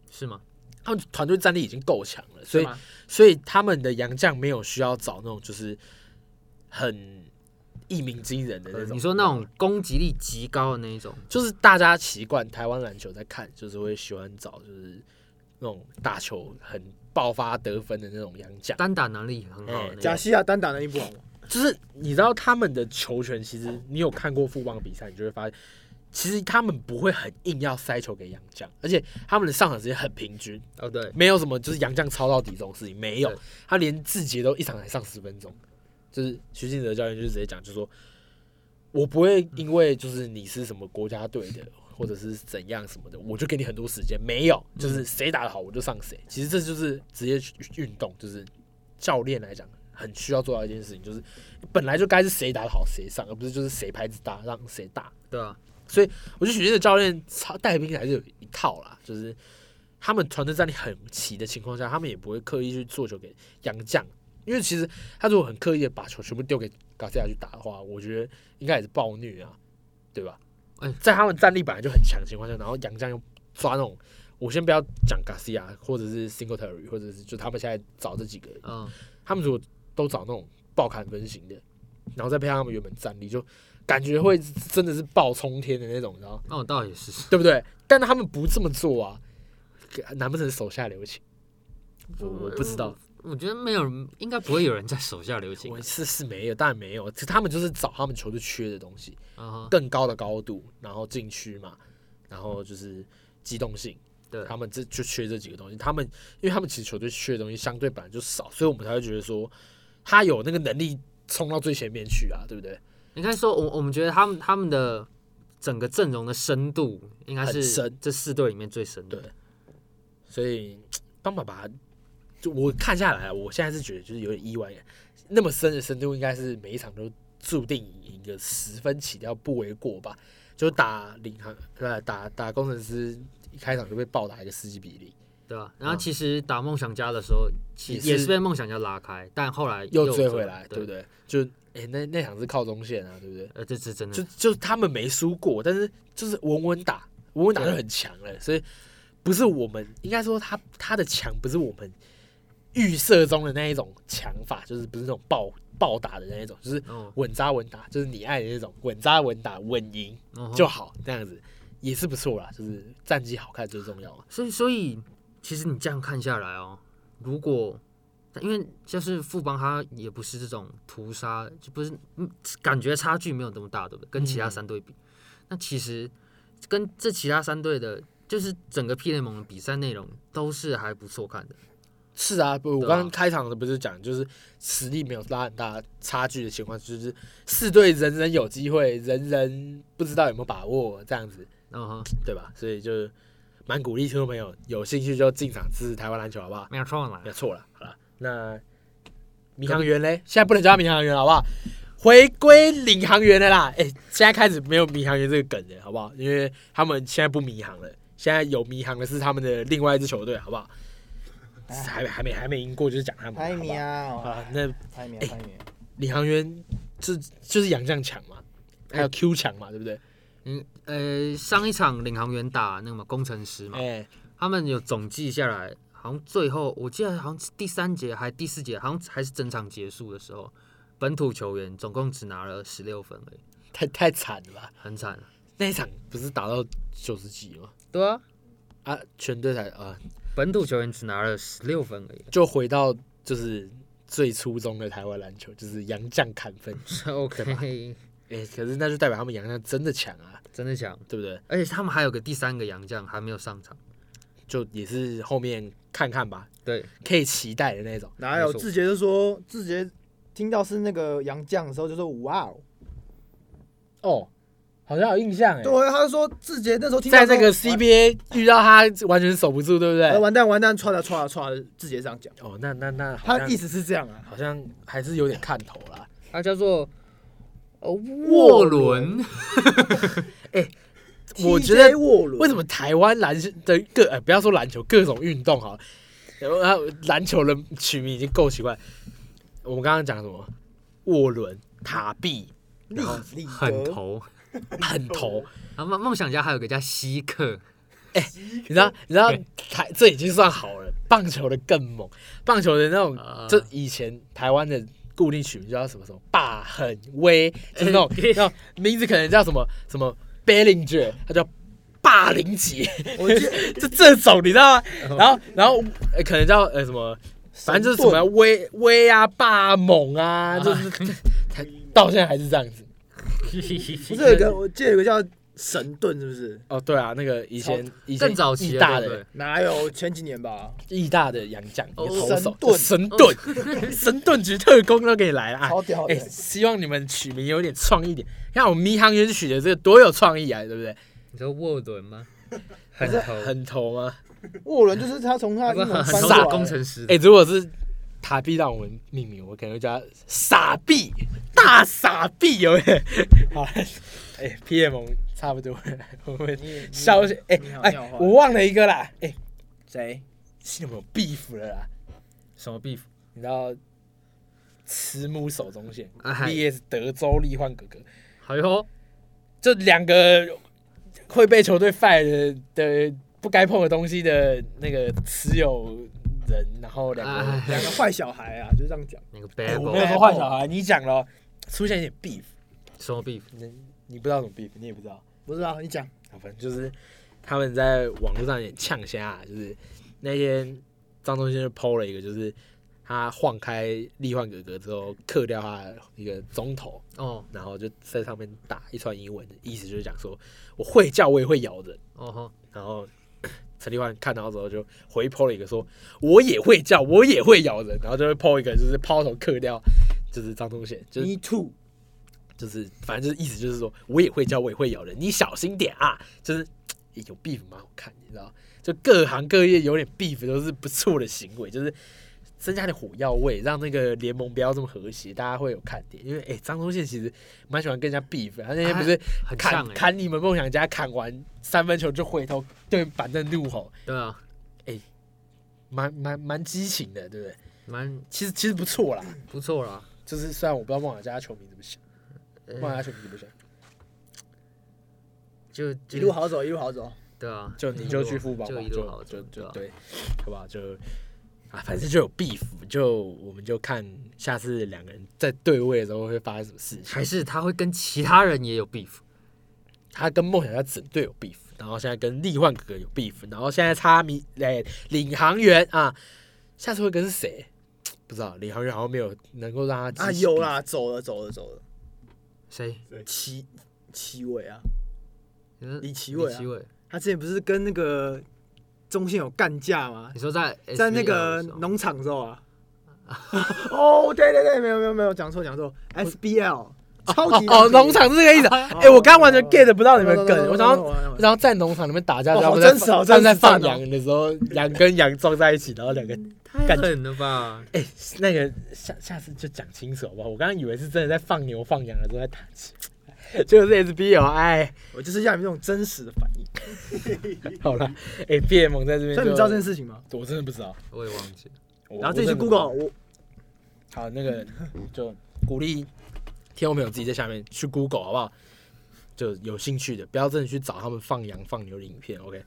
S4: 是吗？
S3: 他们团队战力已经够强了，所以
S5: 是吗
S3: 所以他们的杨绛没有需要找那种就是很一鸣惊人的那
S4: 呃
S3: 种。
S4: 你说那种攻击力极高的那一种，
S3: 就是大家习惯台湾篮球在看，就是会喜欢找就是那种打球很爆发得分的那种杨绛。
S4: 单打能力很好的那
S5: 贾
S4: 种，
S5: 西亚单打能力不好吗？
S3: 就是你知道他们的球权，其实你有看过富邦比赛，你就会发现，其实他们不会很硬要塞球给杨绛，而且他们的上场时间很平均，
S4: 哦对，
S3: 没有什么就是杨绛超到底这种事情，没有
S4: 对，
S3: 他连志杰都一场才上十分钟，就是徐静哲教练就直接讲，就说我不会因为就是你是什么国家队的。或者是怎样什么的，我就给你很多时间。没有，
S4: 嗯
S3: 就是谁打得好我就上谁。其实这就是职业运动，就是教练来讲很需要做到一件事情，就是本来就该是谁打得好谁上，而不是就是谁拍子大让谁打。
S4: 对啊，
S3: 我觉得许昕的教练操带兵还是有一套啦，就是他们团队战力很齐的情况下，他们也不会刻意去做球给杨绛，因为其实他如果很刻意的把球全部丢给嘎塞亚去打的话，我觉得应该也是暴虐啊，对吧？
S4: 哎
S3: 在他们战力本来就很强的情况下，然后杨绛又抓那种，我先不要讲嘎西亚或者是 Singletary，或者是就他们现在找这几个
S4: 嗯，
S3: 他们如果都找那种爆砍分型的，然后再配上他们原本战力，就感觉会真的是爆冲天的那种，你知道吗
S4: 那我倒也是，
S3: 对不对？但他们不这么做啊，难不成手下留情？我我不知道，
S4: 我觉得没有人，应该不会有人在手下留情
S3: 我，是是没有，当然没有，他们就是找他们球队缺的东西，
S4: 啊哈，
S3: 更高的高度，然后禁区嘛，然后就是机动性，
S4: 对
S3: 他们这就缺这几个东西。他们因为他们其实球队缺的东西相对本来就少，所以我们才会觉得说他有那个能力冲到最前面去啊，对不对？
S4: 应该说，我我们觉得他们他们的整个阵容的深度应该
S3: 很
S4: 是
S3: 深
S4: 这四队里面最深的
S3: 对。所以当爸爸，就我看下来啊，我现在是觉得就是有点意外，那么深的深度应该是每一场都注定赢个十分起跳不为过吧？就打领航呃打打工程师一开场就被暴打一个十几比零，
S4: 对吧、然后其实打梦想家的时候，其
S3: 也
S4: 也
S3: 是
S4: 是被梦想家拉开，但后来
S3: 又追
S4: 追
S3: 回来，
S4: 对
S3: 对不？对？就哎、那那场是靠中线啊，对不对？
S4: 呃，这是真的
S3: 就，就他们没输过，但是就是稳稳打，稳稳打就很强了，所以不是我们应该说他他的强不是我们预设中的那一种强法，就是不是那种暴暴打的那一种，就是
S4: 哦，
S3: 稳扎稳打，就是你爱的那种稳扎稳打、稳赢
S4: 嗯哼
S3: 就好，那样子也是不错啦，就是战绩好看最重要嘛。
S4: 所以，所以其实你这样看下来哦，如果因为就是富邦，他也不是这种屠杀，就不是嗯感觉差距没有那么大，对不对？跟其他三队比，那其实跟这其他三队的，就是整个 P 联盟的比赛内容都是还不错看的。
S3: 是啊，不，我
S4: 对啊
S3: 刚刚开场的不是讲，就是实力没有拉很大差距的情况，就是四队人人有机会，人人不知道有没有把握这样子。
S4: 嗯哼，
S3: 对吧？所以就是蛮鼓励听众朋友有兴趣就进场支持台湾篮球，好不好？
S4: 没有错啦
S3: 没有，错了，好了，那民航员嘞，现在不能叫他民航员了，好不好？回归领航员的啦，哎、现在开始没有民航员这个梗了，好不好？因为他们现在不迷航了，现在有迷航的是他们的另外一支球队，好不好？还没还没还没赢过，就是讲他们，
S5: 排
S3: 好不
S5: 名
S3: 好？
S5: 啊，
S3: 啊，那
S5: 排名，
S3: 哎
S5: 排名。
S3: 领航员这就是杨将强嘛，还有 Q 强嘛，对不对？
S4: 嗯，呃，上一场领航员打那个嘛工程师嘛，
S3: 哎、
S4: 他们有总计下来，好像最后我记得好像是第三节还第四节，好像还是整场结束的时候，本土球员总共只拿了十六分而已，
S3: 太太惨了吧？
S4: 很惨。
S3: 那一场不是打到九十几吗？
S4: 对啊，
S3: 啊，全队才啊，
S4: 本土球员只拿了十六分而已
S3: 就回到就是最初中的台湾篮球，就是洋将砍分。
S4: 这，OK，
S3: 哎、可是那就代表他们洋将真的强啊，
S4: 真的强。
S3: 对不对？
S4: 而且他们还有个第三个洋将还没有上场，
S3: 就也是后面看看吧，
S4: 对，
S3: 可以期待的那种。
S5: 哪有
S4: 没错
S5: 志杰就说志杰听到是那个杨绛的时候就说哇哦，
S3: 哦，好像有印象哎
S5: 对，啊他就说志杰那时候听到
S3: 在
S5: 说
S3: 那个 CBA 遇到他完全守不住，对不
S5: 哎
S3: 对？
S5: 完蛋完蛋，唰啦唰啦唰啦，志杰这样讲，
S3: 哦，那那那好
S5: 他
S3: 像
S5: 的意思是这样啊，
S3: 好像还是有点看头啦。
S4: 他叫做呃沃伦，
S3: 我觉得
S5: TJ 沃伦
S3: 为什么台湾篮球的各呃不要说篮球各种运动好了，然后篮球的取名已经够奇怪。我们刚刚讲什么？沃伦、塔壁、
S5: 利
S3: 哦
S5: 利
S4: 很
S5: 德
S4: 投。
S3: 很
S5: 哦
S3: 头，
S4: 啊梦梦想家还有个叫希克，
S3: 你知道？你知道台这已经算好了，棒球的更猛，棒球的那种，
S4: 啊
S3: 就以前台湾的固定取名就叫什么什么霸很威，就是
S5: [laughs]
S3: 那种
S5: 哎
S3: 那种名字可能叫什么什么 Bellinger，他叫霸凌杰，
S5: 我记
S3: [laughs]
S5: 得哦
S3: 就这种你知道吗？然后然后、呃可能叫呃什么。反正就是什么
S5: 神
S3: 啊威威啊、霸猛啊，就是 [laughs] 他到现在还是这样子。
S5: 盾，不是有一个我记得有个叫神盾是不是？
S3: 哦，对啊，那个以前以前
S4: 更早期
S3: 义
S4: 了
S3: 大
S4: 对不
S3: 的
S4: 对
S5: 哪有前几年吧，
S3: 义大的洋将
S4: 哦
S3: 投手神
S5: 神
S3: 盾 [laughs] 神盾局特工都给你来了啊！
S5: 超屌的
S3: 哎，希望你们取名有点创意一点。看我们迷航员取的这个多有创意啊，对不对？
S4: 你说沃伦吗？很投，
S3: 很投吗？
S5: 沃伦就是他从他
S4: 他
S5: 英
S4: 不
S5: 文
S4: 是很
S5: 翻
S4: 很
S5: 过
S4: 傻
S5: 来
S4: 工程师
S3: 哎，如果是塔币让我们命名，我可能会叫他傻逼大傻逼，有没有？好了，哎，P M 差不多了，我们
S5: 你你
S3: 消息哎
S5: 你好
S3: 哎
S5: 你好话，
S3: 我忘了一个啦，哎、欸，
S5: 谁？
S3: 是有没有 beef 了啦？
S4: 什么 beef？
S3: 你知道慈母手中线
S4: 哎嗨
S3: VS 德州立幻哥哥，
S4: 哎呦，
S3: 这两个会被球队 fire 的的不该碰的东西的那个持有人，然后两个
S4: 哎
S3: 人，
S5: 两个坏小孩啊，就这样讲。
S4: 那个
S3: 哎
S4: babble
S3: 我没有说坏小孩，你讲了哦出现一点 beef，
S4: 什么 beef？
S3: 你你不知道什么 beef，你也不知道。
S5: 不知道你讲，
S3: 啊，反正就是他们在网络上有点呛虾、啊，就是那天张忠先就 PO 了一个，就是他晃开力换哥哥之后，刻掉他的一个钟头，
S4: 哦
S3: 然后就在上面打一串英文，意思就是讲说我会叫，我也会咬人。
S4: 哦吼，
S3: 然后呃陈立焕看到之后就回 PO 了一个说，我也会叫，我也会咬人，然后就会 PO 一个就是抛头刻掉，就是张忠贤，就是
S5: Me too，
S3: 就是反正就是意思就是说，我也会教，我也会咬人，你小心点啊！就是有 beef 蛮好看，你知道？就各行各业有点 beef 都是不错的行为，就是增加点火药味，让那个联盟不要这么和谐，大家会有看点。因为哎，张宗宪其实蛮喜欢跟人家 beef，的他那天
S5: 啊
S3: 不是
S4: 很
S3: 砍
S4: 像哎、
S3: 砍你们梦想家，砍完三分球就回头对板凳怒吼，
S4: 对啊，
S3: 蛮蛮蛮激情的，对不对？
S4: 蛮
S3: 其实其实不错啦，
S4: 不错啦。
S3: 就是虽然我不知道孟买家球迷怎么想，
S4: 呃
S3: 孟买家球迷怎么想，
S4: 就
S5: 一
S4: 就
S5: 路好走，一路好走。
S4: 对啊，
S3: 就
S4: [laughs]
S3: 你就去富邦吧，
S4: 就一路好走
S3: 就就
S4: 啊
S3: 对，好吧，就啊，反正就有 beef，就我们就看下次两个人在对位的时候会发生什么事情。
S4: 还是他会跟其他人也有 beef，
S3: 他跟梦想家整队有 beef，然后现在跟力换哥哥有 beef，然后现在差迷哎领航员啊，下次会跟谁？不知道，领航员好像没有能够让他
S5: 啊，有，啦，走了，走了，走了。
S4: 谁？
S5: 齐齐伟啊，
S4: 你说
S5: 李奇伟
S4: 李
S5: 啊
S4: 奇伟，
S5: 他之前不是跟那个中信有干架吗
S4: 你？说在
S5: 在那
S4: SBL
S5: 个
S4: 的时候
S5: 农场的时候 [laughs] 啊。哦，对对对，没有没有没有，讲错讲错，SBL 超级
S3: 哦，农场是这个意思。哎，我刚刚完全 get 不到你们梗，我想
S5: [laughs]
S3: 要。
S5: 要
S3: 然后在农场里面打架，
S5: 哦
S3: 然后
S5: 好
S3: 在
S5: 真实好
S3: 他们在
S5: 真实
S3: 放
S5: 哦
S3: 羊的时候，羊跟羊撞在一起，然后两个
S4: 太狠了吧？
S3: 哎，那个下下次就讲清楚好不好？我刚刚以为是真的在放牛放羊的时候在打架，结果是 SBL 哎，
S5: 我就是要你们这种真实的反应。
S3: 好了，哎，BM 在这边，
S5: 所以你们知道这件事情吗？
S3: 我真的不知道。
S4: 我也忘记了。
S5: 然后自己去 Google，我
S3: 好，那个就鼓励听众朋友自己在下面去 Google 好不好？就有兴趣的，不要真的去找他们放羊放牛的影片。OK，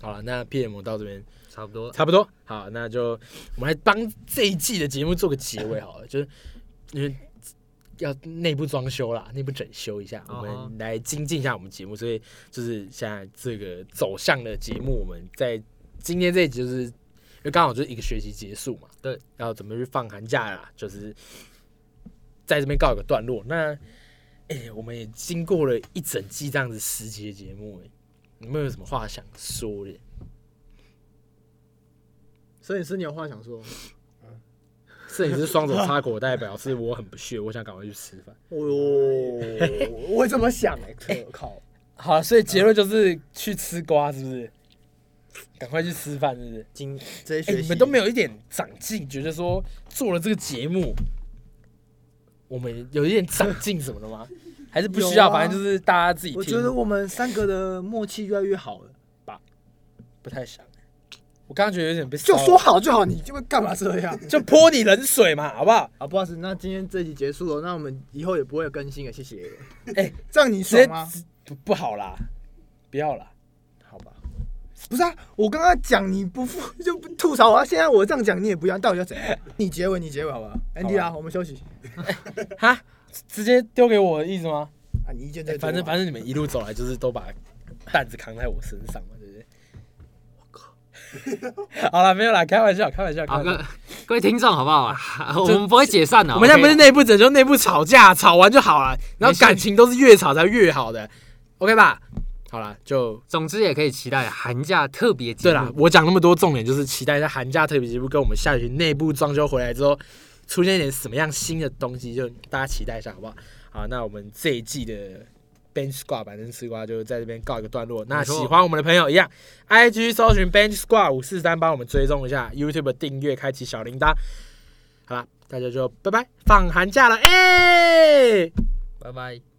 S3: 好了，那 PM 到这边
S4: 差不多，
S3: 差不多，好，那就 [laughs] 我们来帮这一季的节目做个结尾好了，就是因为要内部装修啦，内部整修一下，我
S4: 哦
S3: 们来精进一下我们节目，所以就是现在这个走向的节目，我们在今天这一集就是因为刚好就是一个学期结束嘛，
S4: 对，
S3: 然后准备去放寒假啦，就是在这边告一个段落。那哎、我们也经过了一整季这样子十集的节目、哎，你们有什么话想说的？
S5: 摄影师，你有话想说？
S3: 摄影师双手插口袋，表示我很不屑，我想赶快去吃饭。
S5: [laughs] 哦呦，我怎么想哎、可靠！
S3: 好，所以结论就是去吃瓜，是不是？赶快去吃饭，是不是？
S5: 今这些
S3: 哎、
S5: 学习、
S3: 你们都没有一点长进，觉得说做了这个节目，我们有一点长进什么的 [laughs] 吗？还是不需要？
S5: 有啊
S3: 反正就是大家自己
S5: 我
S3: 听
S5: 觉，得我们三个的默契越来越好了。
S3: 不太想。我刚刚觉得有点被骚
S5: 就
S3: 扰
S5: 说好就好，你就会干嘛这样？
S3: 就泼你冷水嘛，好不好？
S5: 啊，不好意思，那今天这集结束了，那我们以后也不会有更新了，谢谢。
S3: 哎
S5: [laughs] 这样你
S3: 直接
S5: 爽吗？
S3: 不不好啦，不要啦，
S5: 好吧，不是啊，我刚刚讲你不付 [laughs] 就不吐槽啊，现在我这样讲你也不一样，到底要怎样？你结尾，你结尾好不好？Andy 啊，我们休息
S3: 哈，直接丢给我的意思吗？
S5: 啊，你意见
S3: 欸
S5: 再
S3: 反正反正
S5: 正
S3: 你们一路走来就是都把担子扛在我身上嘛，对不对？我靠！ [laughs] 好了，没有啦，开玩笑，开玩笑。开
S4: 好，
S3: 玩笑
S4: 啊各各位听众好不好？ [laughs] 我们不会解散的，
S3: 啊我们现在不是
S4: OK？
S3: 内部拯救，内部吵架，吵完就好了。然后
S4: 没事
S3: 感情都是越吵才越好的，OK 吧？好了，就
S4: 总之也可以期待寒假特别节
S3: 对
S4: 目
S3: 啦。，我讲那么多，重点就是期待在寒假特别节目跟我们下学期内部装修回来之后，出现一点什么样新的东西，就大家期待一下，好不好？好，那我们这一季的 Bench Squad 板凳吃瓜就在这边告一个段落。那
S4: 没
S3: 喜
S4: 错
S3: 欢我们的朋友一样，IG 搜寻 Bench Squad 五四三，帮我们追踪一下，YouTube 订阅，开启小铃铛。好啦，大家就拜拜，放寒假了，哎、
S4: 拜拜。